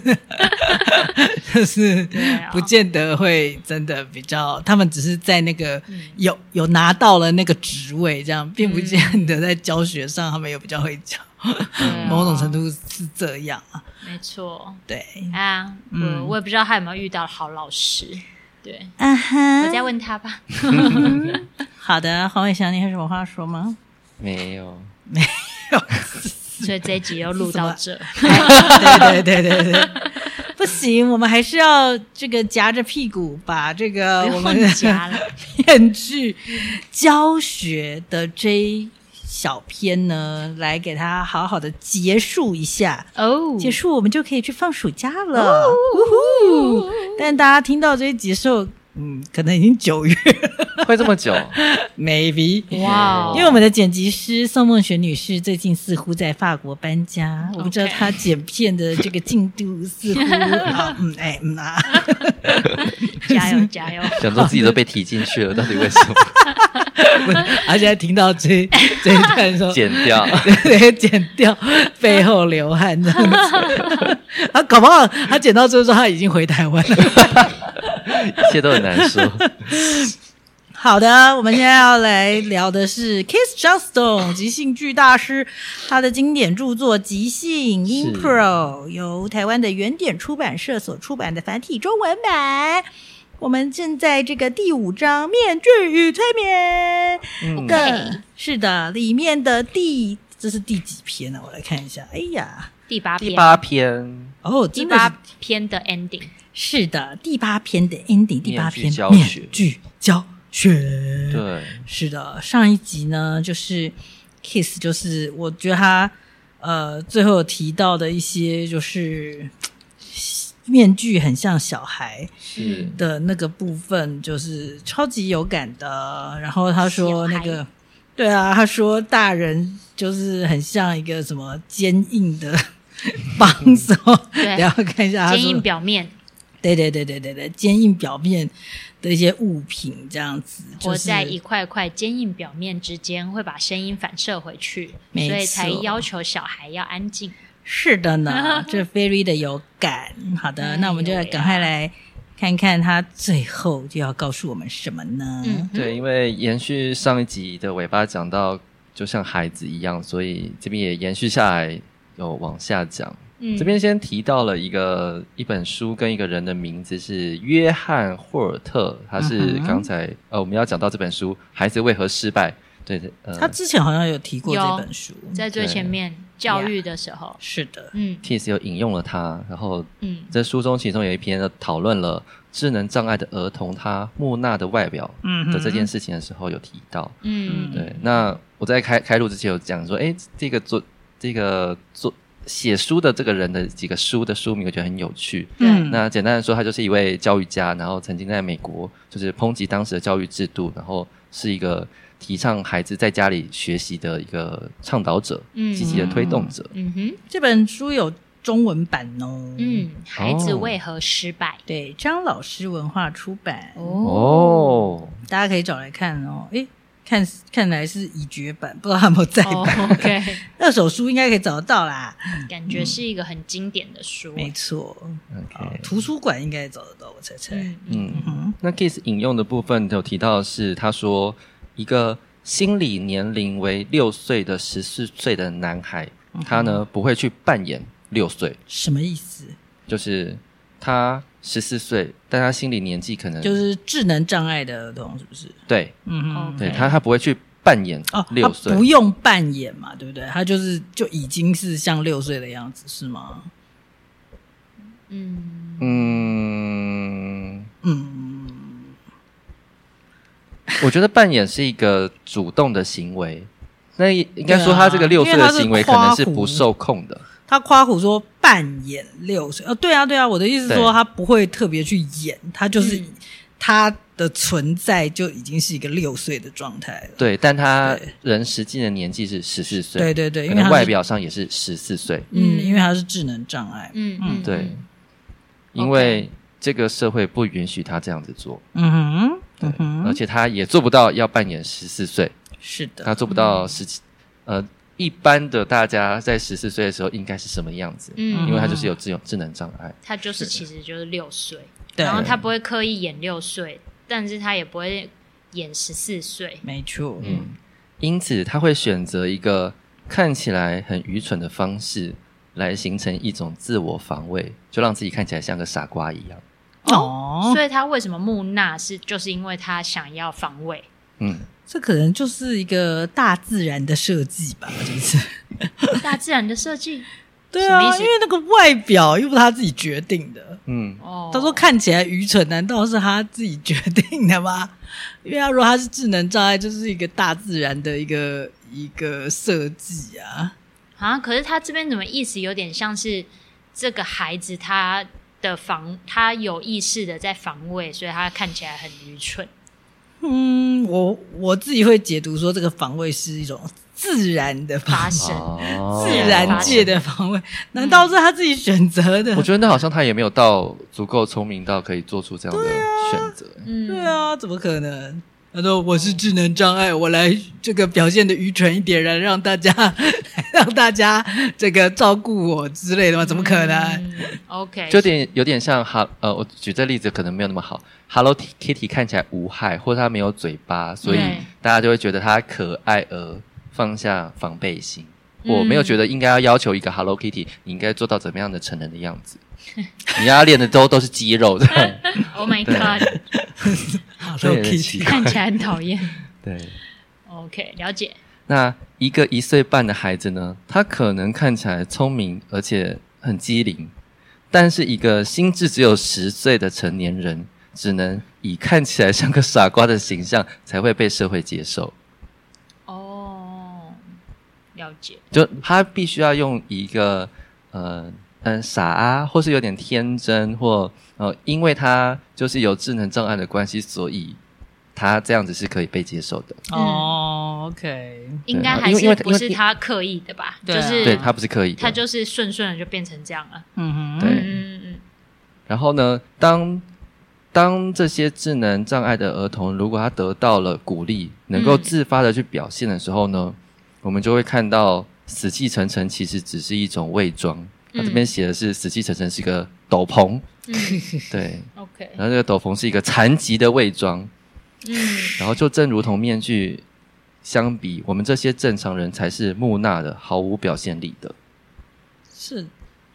就是对啊不见得会真的比较，他们只是在那个有有拿到了那个职位，这样，并不见得在教学上他们有比较会教，对啊某种程度是这样啊，没错对，啊，嗯我我也不知道他有没有遇到好老师，对啊我哈，再问他 吧。好的，黄伟翔，你还有什么话说 吗？没有，所以这一集又录到这，对对对对 对。不行，我们还是要这个夹着屁股把这个 不 我们用加了，面具教学的这一小篇呢，来给它好好的结束一下。哦，结束，我们就可以去放暑假了。呜呼！但大家听到这一集的时候，嗯，可能已经九月会这么久？ ，maybe。哇哦因为我们的剪辑师宋梦璇女士最近似乎在法国搬家，我不知道 OK 她剪片的这个进度似乎啊，嗯哎嗯啊， 加油加油，想说自己都被提进去了，到底为什么？而且还听到这这一段说剪 掉。 对，剪掉背后流汗这样子。他搞不好他剪到最后说他已经回台湾了。一切都很难说。 好的，我们现在要来聊的是 Kiss Johnston 即兴剧大师，他的经典著作《即兴 Impro》由台湾的原点出版社所出版的繁体中文版。我们正在这个第五章《面具与催眠》嗯的，是的，里面的第这是第几篇呢、我来看一下。哎呀，第八第篇，八篇，哦，第真的是八篇的 ending，是的，第八篇的 ending，第八篇面具教学面具教学。，对，是的，上一集呢，就是 Kiss，就是我觉得他呃最后有提到的一些就是嘖面具很像小孩是的那个部分，就是超级有感的。然后他小说那孩个，对啊，他说大人就是很像一个什么坚硬的 帮手，对 等一下我看一下他说坚硬表面，对对对对对对，坚硬表面的一些物品这样子，活就是在一块块坚硬表面之间，会把声音反射回去，所没错以才要求小孩要安静。是的 呢，这 very 的有感。好的，哎那我们就呦来呀赶快来看看他最后就要告诉我们什么呢？嗯，对，因为延续上一集的尾巴讲到就像孩子一样，所以这边也延续下来，有往下讲。嗯这边先提到了一个一本书跟一个人的名字是约翰·霍尔特，他是嗯哼刚才、呃我们要讲到这本书《孩子为何失败》，对，呃，他之前好像有提过这本书，在最前面教育的时候，是的，嗯 Kiss 有引用了他，然后嗯在书中其中有一篇讨论了智能障碍的儿童他木讷的外表嗯的这件事情的时候有提到。嗯对，那我在开开录之前有讲说，哎，这个作这个作写书的这个人的几个书的书名，我觉得很有趣。嗯那简单的说，他就是一位教育家，然后曾经在美国就是抨击当时的教育制度，然后是一个提倡孩子在家里学习的一个倡导者，嗯积极的推动者。嗯哼，这本书有中文版哦，，嗯，孩子为何失败？对，张老师文化出版，嗯哦，大家可以找来看哦。诶，看看来是已绝版，不知道他有没有再版。哦，OK， 二手书应该可以找得到啦，感觉是一个很经典的书。没错， OK 哦图书馆应该找得到，我猜猜。嗯嗯嗯，嗯那 Kiss 引用的部分有提到的是，他说一个心理年龄为六岁的十四岁的男孩，嗯他呢不会去扮演六岁，什么意思？就是他十四岁，但他心理年纪可能就是智能障碍的儿童，是不是？对嗯哼，对 OK 他他不会去扮演哦，六他岁，不用扮演嘛，对不对？他就是就已经是像六岁的样子，是吗？嗯，嗯，嗯，我觉得扮演是一个主动的行为。那应该说，他这个六岁对啊的因为他是行为可能是夸不胡受控的，他夸虎说扮演六岁，呃、对啊，对啊，我的意思是对说他不会特别去演，他就是、嗯他的存在就已经是一个六岁的状态了。对，但他对人实际的年纪是十四岁，对对对，可因为他能是外，表上也是十四岁，嗯，嗯因为他是智能障碍，嗯嗯，对， OK 因为这个社会不允许他这样子做，嗯哼，对嗯，哼，而且他也做不到要扮演十四岁，是的，他做不嗯到十七，呃，一般的大家在十四岁的时候应该是什么样子？嗯，因为他就是有智有智能障碍，他就是其实就是六岁，对然，后他不会刻意演六岁，但是他也不会演十四岁。没错，嗯因此他会选择一个看起来很愚蠢的方式来形成一种自我防卫，就让自己看起来像个傻瓜一样。哦，所以他为什么木讷是就是因为他想要防 卫，嗯，这可能就是一个大自然的设计吧， 就是。大自然的设计。对什啊么意，思因为那个外表又不是他自己决定的。嗯，哦，他说看起来愚蠢，难道是他自己决定的吗？ 因为他如果他是智能障碍，就是一个大自然的一个一个设计啊。啊，可是他这边怎么意思有点像是这个孩子他的防，他有意识的在防卫，所以他看起来很愚蠢。嗯，我我自己会解读说，这个防卫是一种自然的防发 哦生哦自然界的防卫，难道是他自己选择的？我觉得那好像他也没有到足够聪明到可以做出这样的啊选择。嗯，对，啊，怎么可能？他说我是智能障碍，我来这个表现的愚蠢一点，然后让大家 让大家这个照顾我之类的吗？怎么可能？嗯、？OK， 就有点有点像哈呃，我举这例子可能没有那么好。Hello Kitty 看起来无害，或者它没有嘴巴，所以对大家就会觉得它可爱而放下防备心。嗯我没有觉得应该要要求一个 Hello Kitty，你应该做到怎么样的成人的样子。你要练的都都是肌肉，这样 Oh my God，好这也是 Kitty 奇怪看起来很讨厌。对。 OK，了解。那一个一岁半的孩子呢，他可能看起来聪明而且很机灵，但是一个心智只有十岁的成年人，只能以看起来像个傻瓜的形象才会被社会接受。哦，了解。就他必须要用一个呃嗯傻啊，或是有点天真，或呃因为他就是有智能障碍的关系，所以他这样子是可以被接受的。嗯哦，OK，应该对还因为因为是不是因为他刻意的吧？对就啊是对他不是可以的，他就是顺顺的就变成这样了。嗯对嗯嗯嗯然后呢，当当这些智能障碍的儿童，如果他得到了鼓励，能够嗯自发的去表现的时候呢，我们就会看到死气沉沉其实只是一种伪装。他这边写的是死气沉沉是一个斗篷，嗯对， ，OK，然后这个斗篷是一个残疾的伪装，嗯然后就正如同面具相比，我们这些正常人才是木讷的，毫无表现力的。是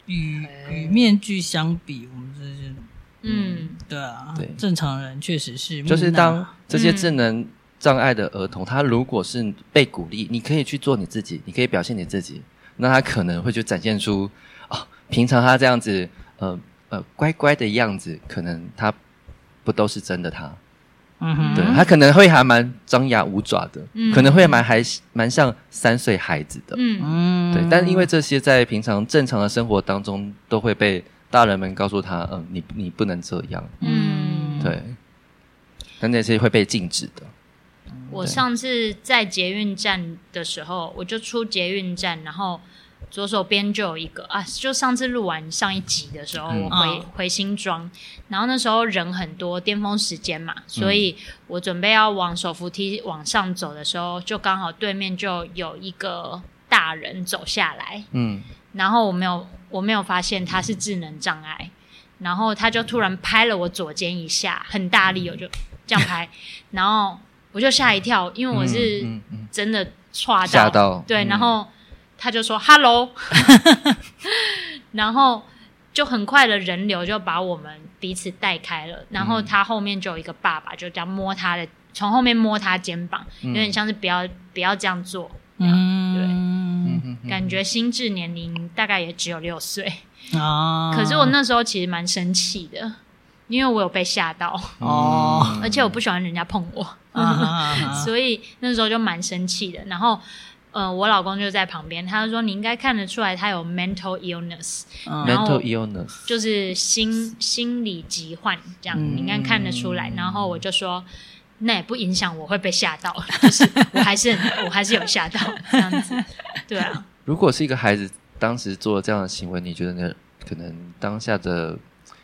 与与面具相比，我们这些嗯，对啊，对正常人确实是木讷，就是当这些嗯智能障碍的儿童，他如果是被鼓励，你可以去做你自己，你可以表现你自己，那他可能会去展现出啊，平常他这样子，呃呃，乖乖的样子，可能他不都是真的他，嗯哼，对他可能会还蛮张牙舞爪的，嗯可能会蛮还蛮像三岁孩子的，嗯嗯，对，但因为这些在平常正常的生活当中都会被大人们告诉他，嗯、你你不能这样，嗯，对，但那些会被禁止的。我嗯对上次在捷运站的时候，我就出捷运站，然后左手边就有一个啊，就上次录完上一集的时候，嗯我回、嗯回新庄，然后那时候人很多，巅峰时间嘛，嗯所以我准备要往手扶梯往上走的时候，就刚好对面就有一个大人走下来，嗯，然后我没有我没有发现他是智能障碍，然后他就突然拍了我左肩一下，很大力，我就这样 拍，然后我就吓一跳，因为我是嗯嗯真的歘吓到对，嗯然后他就说 “hello”，然后就很快的人流就把我们彼此带开了，然后嗯他后面就有一个爸爸就这样摸他的，从后面摸他肩膀，嗯有点像是不要不要这样做，嗯嗯感觉心智年龄大概也只有六岁。啊，可是嗯我那时候其实蛮生气的，因为我有被吓到，哦嗯而且我不喜欢人家碰我，啊啊啊 嗯啊所以那时候就蛮生气的。然后，呃，我老公就在旁边，他就说你应该看得出来他有 mental illness，嗯然后 mental illness，就是心心理疾患这样，嗯你应该看得出来。然后我就说。那也不影响我会被吓到，就是我还是很我还是有吓到这样子，对啊，如果是一个孩子当时做这样的行为，你觉得呢？可能当下的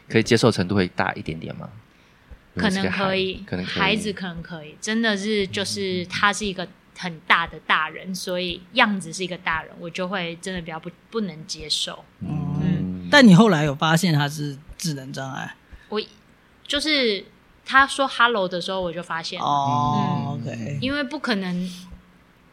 可以接受程度会大一点点吗？如可果是能个孩可以，可能可以嗯孩子可能可以，真的是就是他是一个很大的大人，所以样子是一个大人，我就会真的比较不不能接受。嗯，但你后来有发现他是智能障碍我就是他说 “hello” 的时候，我就发现，哦嗯，OK，因为不可能，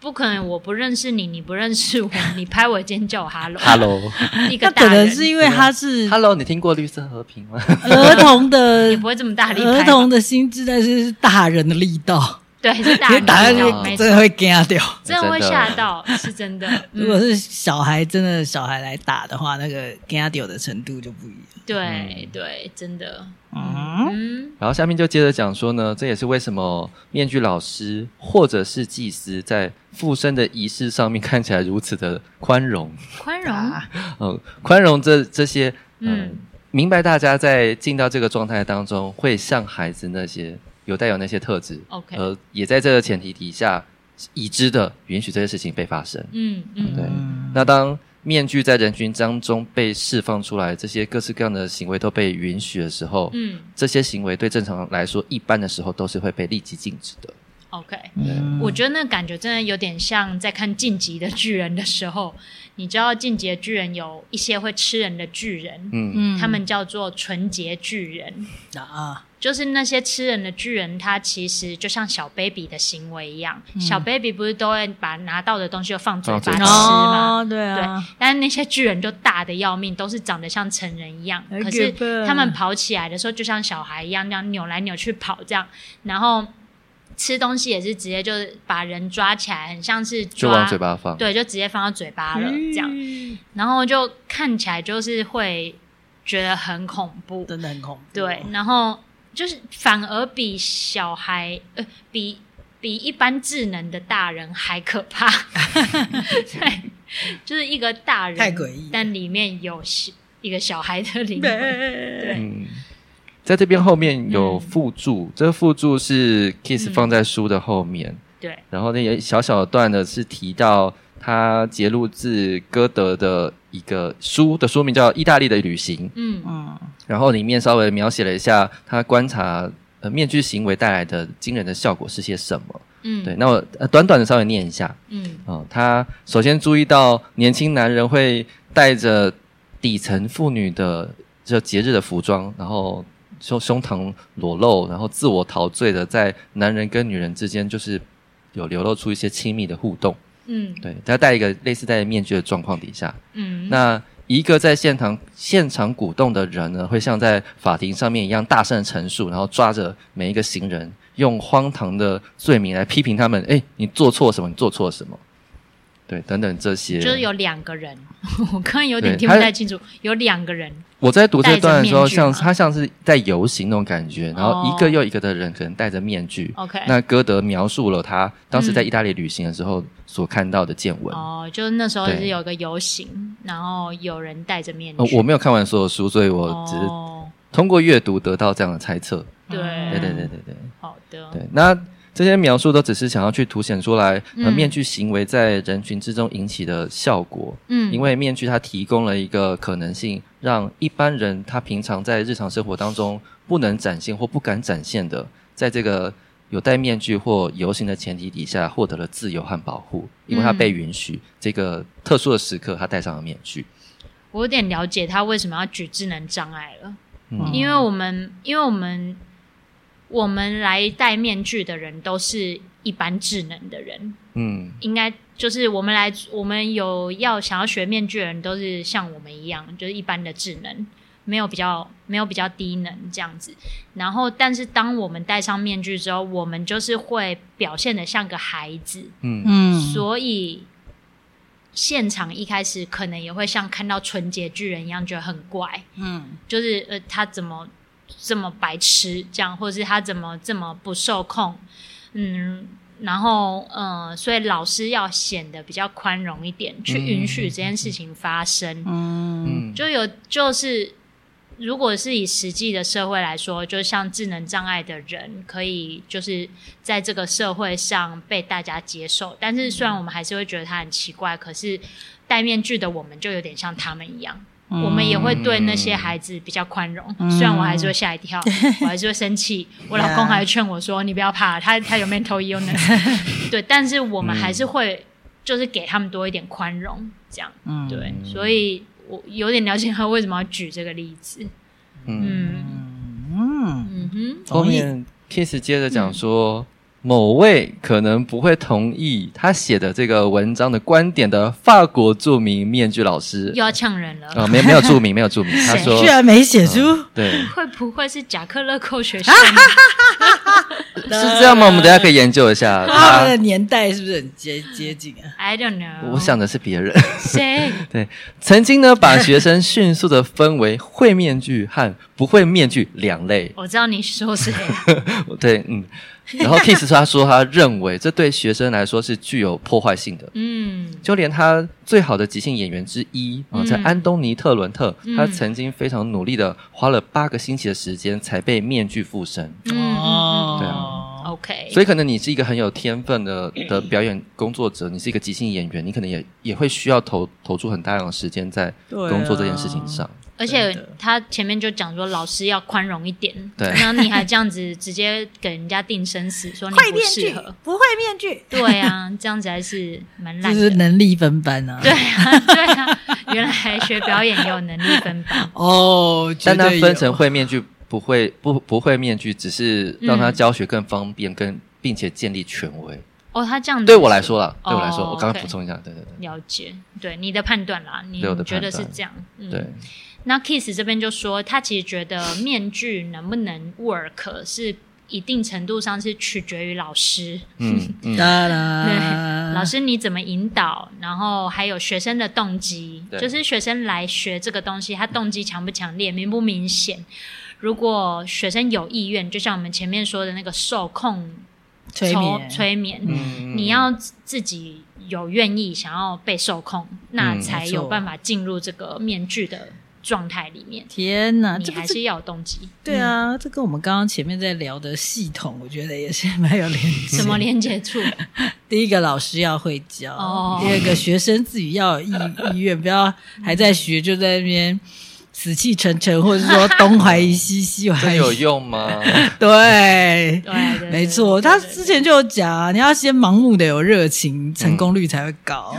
不可能，我不认识你，你不认识我，你拍我肩叫我 “hello”， Hello，Hello， 一个那大可能人是因为他是你听过绿色和平吗？ 儿童也的不会这么大力拍吧，儿童的心智，但是是大人的力道，对是 大因为人哦打下力道没去错真的会惊掉。真的会真的吓到，是真的。 嗯如果是小孩，真的小孩来打的话，那个惊掉的程度就不一样。对对，真的，嗯嗯。然后下面就接着讲说呢，这也是为什么面具老师或者是祭司在附身的仪式上面看起来如此的宽容。宽容，啊嗯，宽容这这些，嗯，嗯明白大家在进到这个状态当中，会像孩子那些有带有那些特质 OK 呃，也在这个前提底下，已知的允许这些事情被发生。嗯嗯，对嗯那当面具在人群当中被释放出来，这些各式各样的行为都被允许的时候，嗯这些行为对正常来说，一般的时候都是会被立即禁止的。 ，OK。嗯我觉得那感觉真的有点像在看《晋级的巨人》的时候， 你知道《晋级的巨人》有一些会吃人的巨人，嗯嗯他们叫做纯洁巨人，啊，就是那些吃人的巨人，他其实就像小 baby 的行为一样，小 baby 不是都会把拿到的东西就放嘴巴嗯放吃嘴巴吗？哦，对啊，但是那些巨人就大的要命，都是长得像成人一样，哎可给是吧他们跑起来的时候就像小孩一样，这样扭来扭去跑这样，然后吃东西也是直接就是把人抓起来，很像是抓就往嘴巴放。对，就直接放到嘴巴了这样，嗯然后就看起来就是会觉得很恐怖，真的很恐怖。对，然后就是反而比小孩呃比比一般智能的大人还可 怕，对，就是一个大人太诡异了但里面有小一个小孩的灵魂，对嗯，在这边后面有附注，这个附注是 Kiss 嗯放在书的后面，对，然后那也小小段的是提到他节录自歌德的一个书的书名叫《意大利的旅行》，嗯嗯然后里面稍微描写了一下他观察呃面具行为带来的惊人的效果是些什么。嗯，对，，那我、呃、短短的稍微念一下，嗯哦，他首先注意到年轻男人会带着底层妇女的这节日的服装，然后胸胸膛裸露，然后自我陶醉的在男人跟女人之间就是有流露出一些亲密的互动。嗯对，他戴一个类似戴面具的状况底下，嗯，那一个在现场现场鼓动的人呢，会像在法庭上面一样大声陈述，然后抓着每一个行人，用荒唐的罪名来批评他们：，哎，你做错什么？你做错什么？对，等等这些。就是有两个人， 我刚刚有点对听不他太清楚，有两个人，我在读这段的时候，戴着面具像吗他像是在游行那种感哦觉，然后一个又一个的人可能戴着面具。 OK 那歌德描述了他当时在意大利旅行的时候所看到的见闻。哦，就是那时候对是有一个游行，然后有人戴着面呃具，我没有看完所有书，所以我只是哦，嗯通过阅读得到这样的猜测。对对对对对对。好的，对，那这些描述都只是想要去凸显出来，呃，嗯面具行为在人群之中引起的效果。嗯，因为面具它提供了一个可能性，让一般人他平常在日常生活当中不能展现或不敢展现的，在这个有戴面具或游行的前提底下，获得了自由和保护，因为他嗯被允许、这个特殊的时刻，他戴上了面具。我有点了解他为什么要举智能障碍了，嗯因为我们，因为我们，我们来戴面具的人都是一般智能的人，嗯应该就是我们来，我们有要想要学面具的人，都是像我们一样，就是一般的智能，没有比较没有比较低能这样子。然后，但是当我们戴上面具之后，我们就是会表现的像个孩子，嗯嗯，所以现场一开始可能也会像看到纯洁巨人一样，觉得很怪。嗯就是呃，他怎么这么白痴这样，或者是他怎么这么不受控，嗯，然后呃，所以老师要显得比较宽容一点，去允许这件事情发生。嗯嗯，就有就是，如果是以实际的社会来说，就像智能障碍的人，可以就是在这个社会上被大家接受。但是虽然我们还是会觉得他很奇怪，可是戴面具的我们就有点像他们一样。我们也会对那些孩子比较宽容，嗯虽然我还是会吓 一跳，我还是会生气，我老公还会劝我说：“你不要怕，他他有没有偷衣 又能对。”但是我们还是会就是给他们多一点宽容，这样嗯对。所以我有点了解他为什么要举这个例子。嗯，嗯嗯，嗯哼，后同意嗯面 Kiss 接着讲说，某位可能不会同意他写的这个文章的观点的法国著名面具老师又，要呛人了，呃，没没有著名，没有 著名，他说居，然没写出，对，会不会是贾克勒寇 学校？是这样吗？我们等一下可以研究一他下。们他的年代是不是很接接近啊？ I don't know。我想的是别人， 谁？对，曾经呢把学生迅速的分为会面具和不会面具两类，我知道你 说谁，对，嗯，然后 Kiss 他说他认为这对学生来说是具有破坏性的，嗯就连他最好的即兴演员之一啊，嗯叫安东尼·特伦特，嗯他曾经非常努力的花了八个星期的时间才被面具附身。嗯嗯对嗯啊，OK。所以，可能你是一个很有天分的的表演工作者，你是一个即兴演员，你可能也也会需要投投注很大量的时间在对啊工作这件事情上。而真且的他前面就讲说，老师要宽容一点，对然后你还这样子直接给人家定生死，说你会不面适具合，，不会面具，对啊，这样子还是蛮就烂是的。能力分班啊。对啊， 对啊，原来学表演也有能力分班，哦，但它绝对分有成会面具、不会不不会面具，只是让他嗯教学更方便，跟并且建立权威。哦，他这样子对我来说啦，对我来说，哦我刚刚 OK 补充一下，对对对了解，对你的判断啦，你对我的觉得判是断这样，嗯，对，那 Kiss 这边就说，他其实觉得面具能不能 work 是一定程度上是取决于老师，嗯嗯，哒 对，啦，老师你怎么引导？然后还有学生的动机，对就是学生来学这个东西，他动机强不强烈，明不明显？如果学生有意愿，就像我们前面说的那个受控催抽眠，催眠，嗯你要自自己有愿意想要被受控，那嗯才没有错办法进入这个面具的状态里面。天哪，你啊这还不是是嗯要有动机，对啊，这跟我们刚刚前面在聊的系统，我觉得也是蛮有联系。 嗯，什么连 接处？啊第一个老师要会教，哦第二个学生自己要有意意愿，不要还在学就在那边死气沉沉，或者是说东怀疑西，西 怀这疑有哎西，用 吗？对。对对对没错，对嗯他对之前就有讲啊，你要先盲目的有热情，成功率才会 高。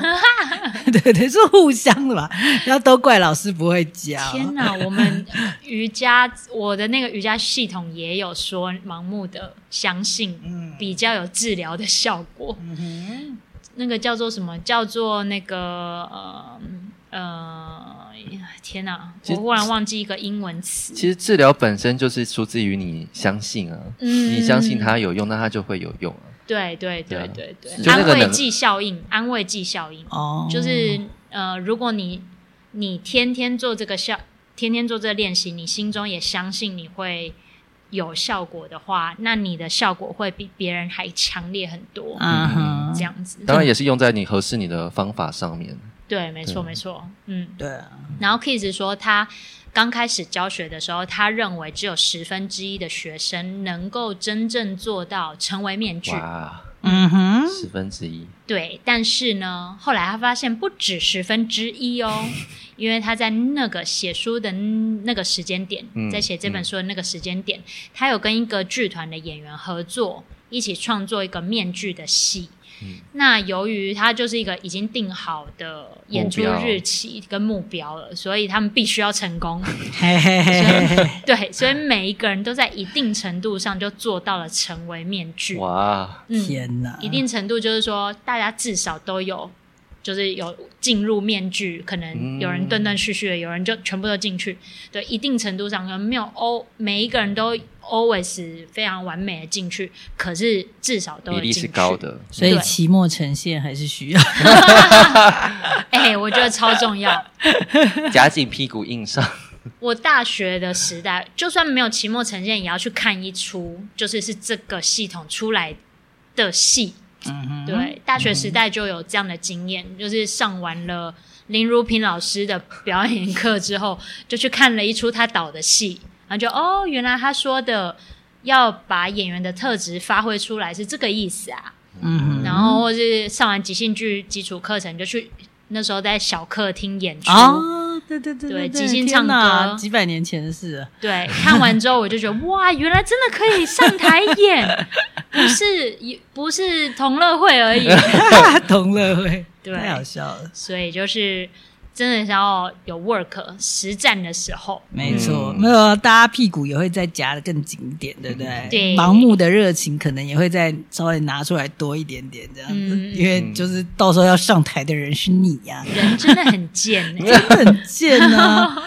对对，是互相的嘛，要都怪老师不会教。天 哪，我们瑜伽，我的那个瑜伽系统也有说，盲目的相信嗯比较有治疗的效果。那个叫做什么？叫做那个呃呃，天哪，其我实忽然忘记一个英文词。其实治疗本身就是出自于你相信啊，嗯你相信它有用，那它就会有用啊。对对对对啊对对，就那安个慰能剂效应，安慰剂效应。哦，就是呃，如果你你天天做这个效，天天做这个练习，你心中也相信你会有效果的话，那你的效果会比别人还强烈很多。嗯哼，这样子，啊当然也是用在你合适你的方法上面。对，没错，对没错，嗯。对啊，然后 Kiss 说，他刚开始教学的时候，他认为只有十分之一的学生能够真正做到成为面具，哇，嗯哼，十分之一，对，但是呢，后来他发现不止十分之一 哦，因为他在那个写书的那个时间点，嗯在写这本书的那个时间点，他有跟一个剧团的演员合作，一起创作一个面具的戏。嗯那由于他就是一个已经定好的演出目标日期跟目标了，所以他们必须要 成功。嘿嘿嘿嘿嘿，对，所以每一个人都在一定程度上就做到了成为面具。哇， 嗯，天哪，一定程度就是说，大家至少都有，就是有进入面具，可能嗯有人断断续续的，有人就全部都进去。对，一定程度上可能没有欧每一个人都 always 非常完美的进去，可是至少都比有例进是去。高的，所以对期末呈现还是需要。哎、我觉得超重要。 夹紧屁股硬上。我大学的时代，就算没有期末呈现，也要去看一出，就是是这个系统出来的戏。嗯哼，对，大学时代就有这样的经验，就是上完了林如萍老师的表演课之后，就去看了一出他导的戏，然后就哦，原来他说的要把演员的特质发挥出来是这个意思啊。嗯哼，然后或是上完即兴剧基础课程，就去那时候在小客厅演出，哦，对对对对对，即兴天唱哪歌几百年前的事 了。对，看完之后我就觉得哇，原来真的可以上台 演，不是不是同乐会而已。同乐会，对太好笑了，所以就是真的是要有 work 实战的时候，没错，嗯没有啊大家屁股也会再夹的更紧一点，对不嗯对？对盲目的热情可能也会再稍微拿出来多一点点这样子，嗯因为就是到时候要上台的人是你呀、人真的很贱、 欸，真的很贱 啊！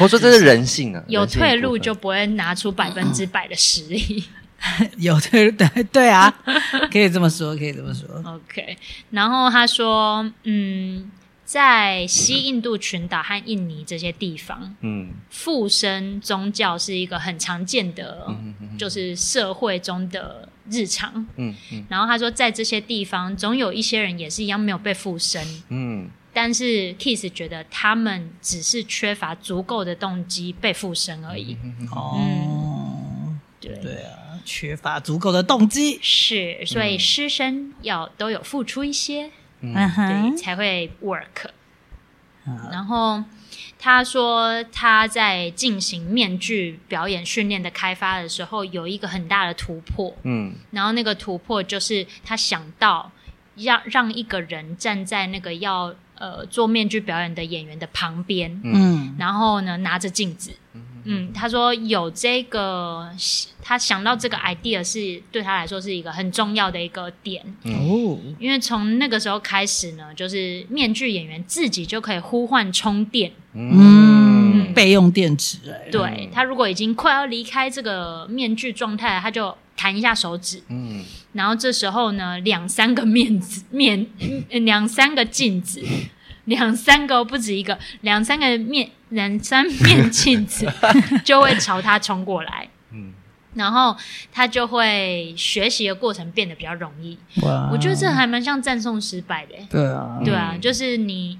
我说这是人性啊，有人性的退部路分就不会拿出百分之百的实力。有对对对啊，可以这么说，可以这么说。 OK，然后他说，嗯，在西印度群岛和印尼这些地方，嗯附身宗教是一个很常见的，就是社会中的日常。嗯嗯然后他说，在这些地方，总有一些人也是一样没有被附身，嗯，但是 Kiss 觉得他们只是缺乏足够的动机被附身而已。哦，对，对啊，缺乏足够的动机。是，所以师生要都有付出一些，嗯对，哼，才会 work。好然后他说他在进行面具表演训练的开发的时候，有一个很大的突破。嗯然后那个突破就是他想到让让一个人站在那个要呃做面具表演的演员的旁边，嗯然后呢拿着镜子，嗯，他说有这个，他想到这个 idea 是对他来说是一个很重要的一个点，嗯哦，嗯因为从那个时候开始呢，就是面具演员自己就可以呼唤充电，嗯，备用电池哎，对他如果已经快要离开这个面具状态了，他就弹一下手指，嗯然后这时候呢，两三个面子面，嗯两三个镜子，两三个哦不止一个，两三个面，两三面镜 子就会朝他冲过来，嗯然后他就会学习的过程变得比较容易。哇我觉得这还蛮像赞颂失败的欸、对啊，对啊，嗯就是你。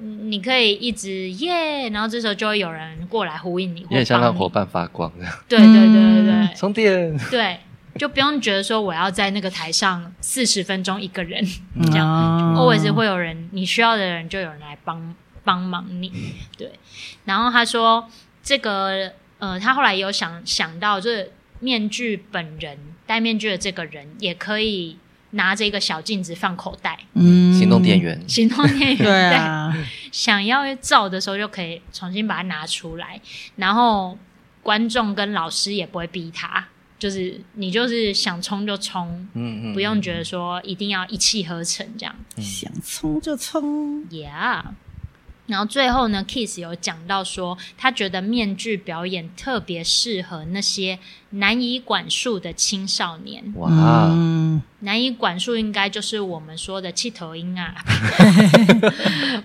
嗯你可以一直耶，然后这时候就会有人过来呼应你，有点像让帮你伙。伴发光这样，对对对对 对充电。对，就不用觉得说我要在那个台上四十分钟一个人，嗯这样哦哦，always 会有人，你需要的人就有人来帮帮忙你。对，然后他说这个呃，他后来有想想到，就是面具本人戴面具的这个人也可以拿着一个小镜子放口袋，嗯行动电，源，行动电源对啊，想要照的时候就可以重新把它拿出来，然后观众跟老师也不会逼他，就是你就是想冲就冲，嗯嗯，不用觉得说一定要一气呵成这样。嗯想冲就冲， Yeah，然后最后呢，Kiss 有讲到说，他觉得面具表演特别适合那些难以管束的青少年。哇，嗯难以管束应该就是我们说的气头音 啊，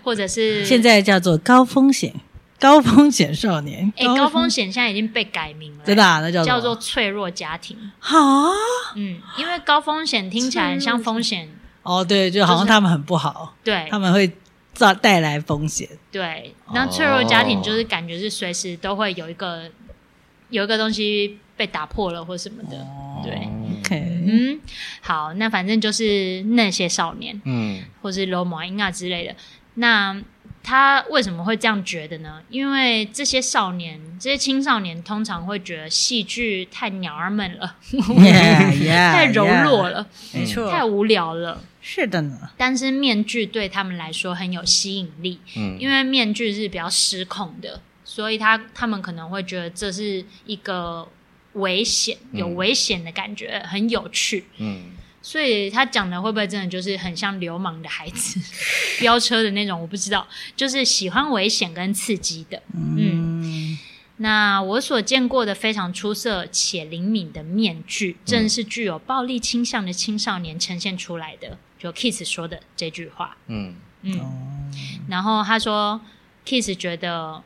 或者是现在叫做高风险高风险少年，哎、高风险现在已经被改名了、欸真的啊那叫叫什做么脆弱家庭。好，嗯，因为高风险听起来很像风险，哦，对，就好像他们很不好，对他们会造带来风险，对。哦那脆弱家庭就是感觉是随时都会有一个有一个东西被打破了或什么的。对， ，OK，嗯，好，那反正就是那些少年嗯或是罗马英啊之类的。那他为什么会这样觉得呢？因为这些少年，这些青少年通常会觉得戏剧太鸟儿们了， 太太柔弱，了，没哎错，太无聊了。嗯是的呢，但是面具对他们来说很有吸引力，嗯，因为面具是比较失控的，所以他他们可能会觉得这是一个危险，有嗯危险的感觉，很有趣。嗯所以他讲的会不会真的就是很像流氓的孩子， 飙车的那种？我不知道，就是喜欢危险跟刺激的。嗯，那我所见过的非常出色且灵敏的面具，正是具有暴力倾向的青少年呈现出来的。就 Kiss 说的这句话，嗯嗯，哦然后他说，Kiss 觉得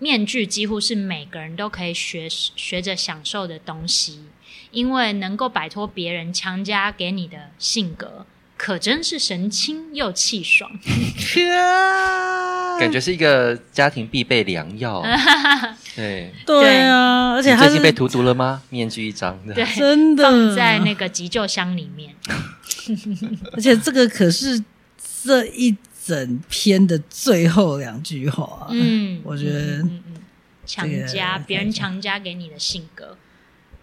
面具几乎是每个人都可以学学着享受的东西，因为能够摆脱别人强加给你的性格，可真是神清又气爽。嗯感觉是一个家庭必备良 药。对，对啊，而且你他最是近被荼毒了吗？面具一张的，对，真的在那个急救箱里面，而且这个可是这一整篇的最后两句话啊，嗯，我觉得嗯嗯嗯嗯强这个加别人强加给你的性格，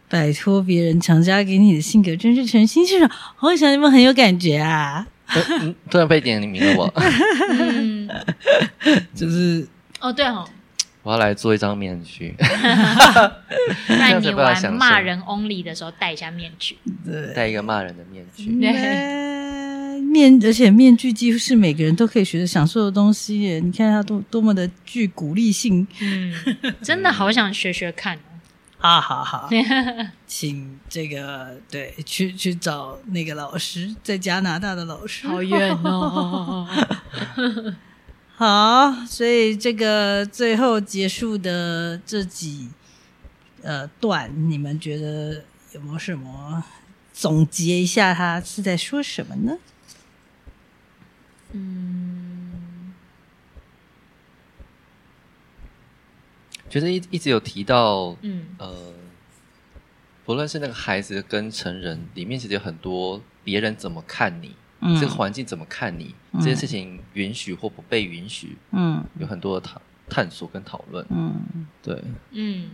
摆脱别人强加给你的性格，真是全心是爽。好想你们很有感觉啊， 嗯突然被点名了我， 嗯，就是哦对哦，我要来做一张面具。不然这样你才不要玩享受骂人 only 的时候戴一下面具， 对戴一个骂人的面具。对呃面，而且面具几乎是每个人都可以学着享受的东西耶。你看它多多么的具鼓励性，嗯，真的好想学学看哦。哈哈 哈！请这个对去去找那个老师，在加拿大的老师，好远哦！好，所以这个最后结束的这几呃段，你们觉得有没有什么总结一下？他是在说什么呢？嗯，觉得一一直有提到，嗯呃，不论是那个孩子跟成人，里面其实有很多别人怎么看你，嗯这个环境怎么看你，嗯这件事情允许或不被允许，嗯有很多的探探索跟讨论。嗯对，嗯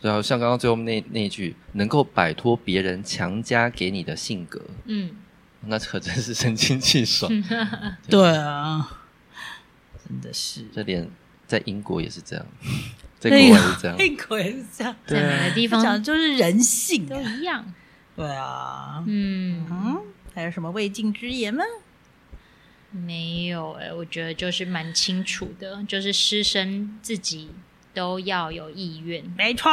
然后像刚刚最后那那一句，能够摆脱别人强加给你的性格，嗯，那可真是神清气爽。嗯对啊，真的是这连在英国也是这 样，在那国外也是这样。那哎鬼是这样，在每个地讲的方就是人性都啊、一样。对啊，嗯，嗯，还有什么未尽之言吗？没有哎、我觉得就是蛮清楚的，就是师生自己都要有意愿。没错，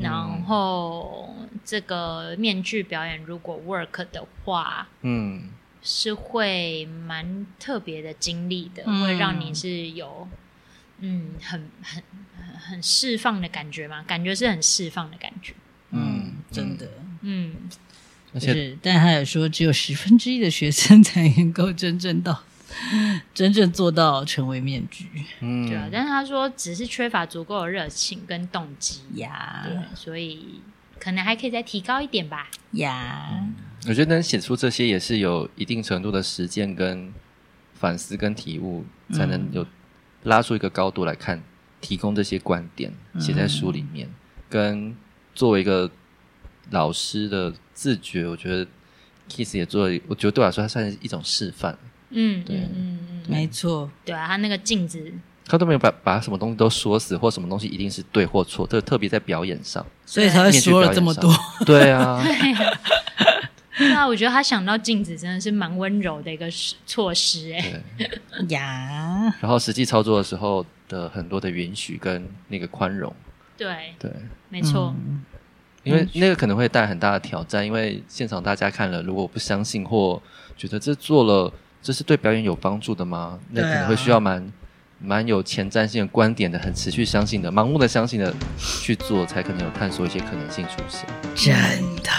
然后这个面具表演如果 work 的话，嗯是会蛮特别的经历的，嗯会让你是有嗯很很很很释放的感觉嘛，感觉是很释放的感觉。嗯，真的。嗯，而且是，啊但他也说，只有十分之一的学生 才能够真正到，真正做到成为面具嗯，对啊。但是他说只是缺乏足够的热情跟动机，呀对，啊所以可能还可以再提高一点吧。呀，我觉得能写出这些也是有一定程度的实践跟反思跟体悟，才能有拉出一个高度来看，提供这些观点，写在书里面，跟作为一个老师的自觉，我觉得 Kiss 也做了，我觉得对我来说，它算是一种示范。嗯对嗯嗯嗯，没错，对啊，他那个镜子， 他都没有把把什么东西都说死，或什么东西一定是对或错，这特别在表演上，所以才会面具表说了演这么上多。。对啊，对啊，我觉得他想到镜子真的是蛮温柔的一个措施哎、对。呀， 然后实际操作的时候的很多的允许跟那个宽容，对，对，没错，因为那个可能会带很大的挑战，因为现场大家看了，如果不相信或觉得这做了这是对表演有帮助的吗？那对啊可能会需要蛮蛮有前瞻性的观点的，很持续相信的，盲目的相信的去做，才可能有探索一些可能性出现。真的，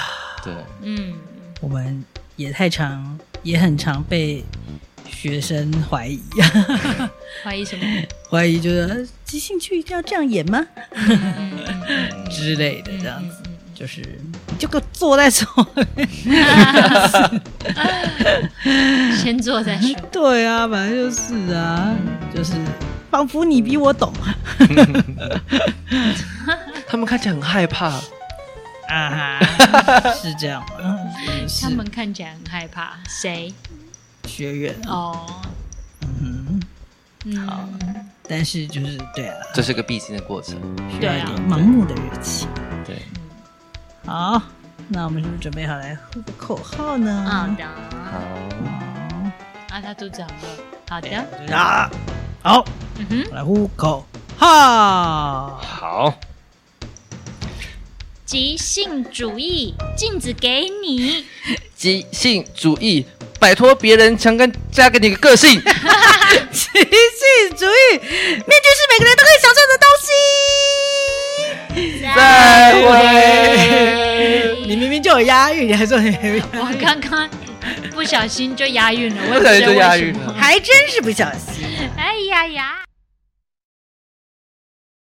对，嗯，我们也太常，也很常被学生怀疑， 怀疑 什么？怀疑就是呃即兴剧一定要这样演吗？嗯嗯嗯之类的嗯，这样嗯子，嗯就是你就给我坐在这。 嗯先做再说。对啊，反正就是啊，就是仿佛你比我懂。他们看起来很害怕，啊哈，是这样吗？是他们看起来很害怕，谁？学员，啊哦，嗯，好嗯，但是就是对啊，这是个必经的过程。需对要啊一点盲目的热情。对，好，那我们是不是准备好来呼个口号好呢？的，好，啊，他肚子好饿。好的，啊，好，嗯哼，我来呼口号。 好，即兴主义，镜子给你。即兴主义，摆脱别人强根加给你的个 性。即兴主义，面具是每个人都可以享受的东西。再你明明就有押韵，你还说你没有押韵我刚刚不小心就押韵了，我不也不小知心道就押为韵什么。还真是不小心。哎呀呀！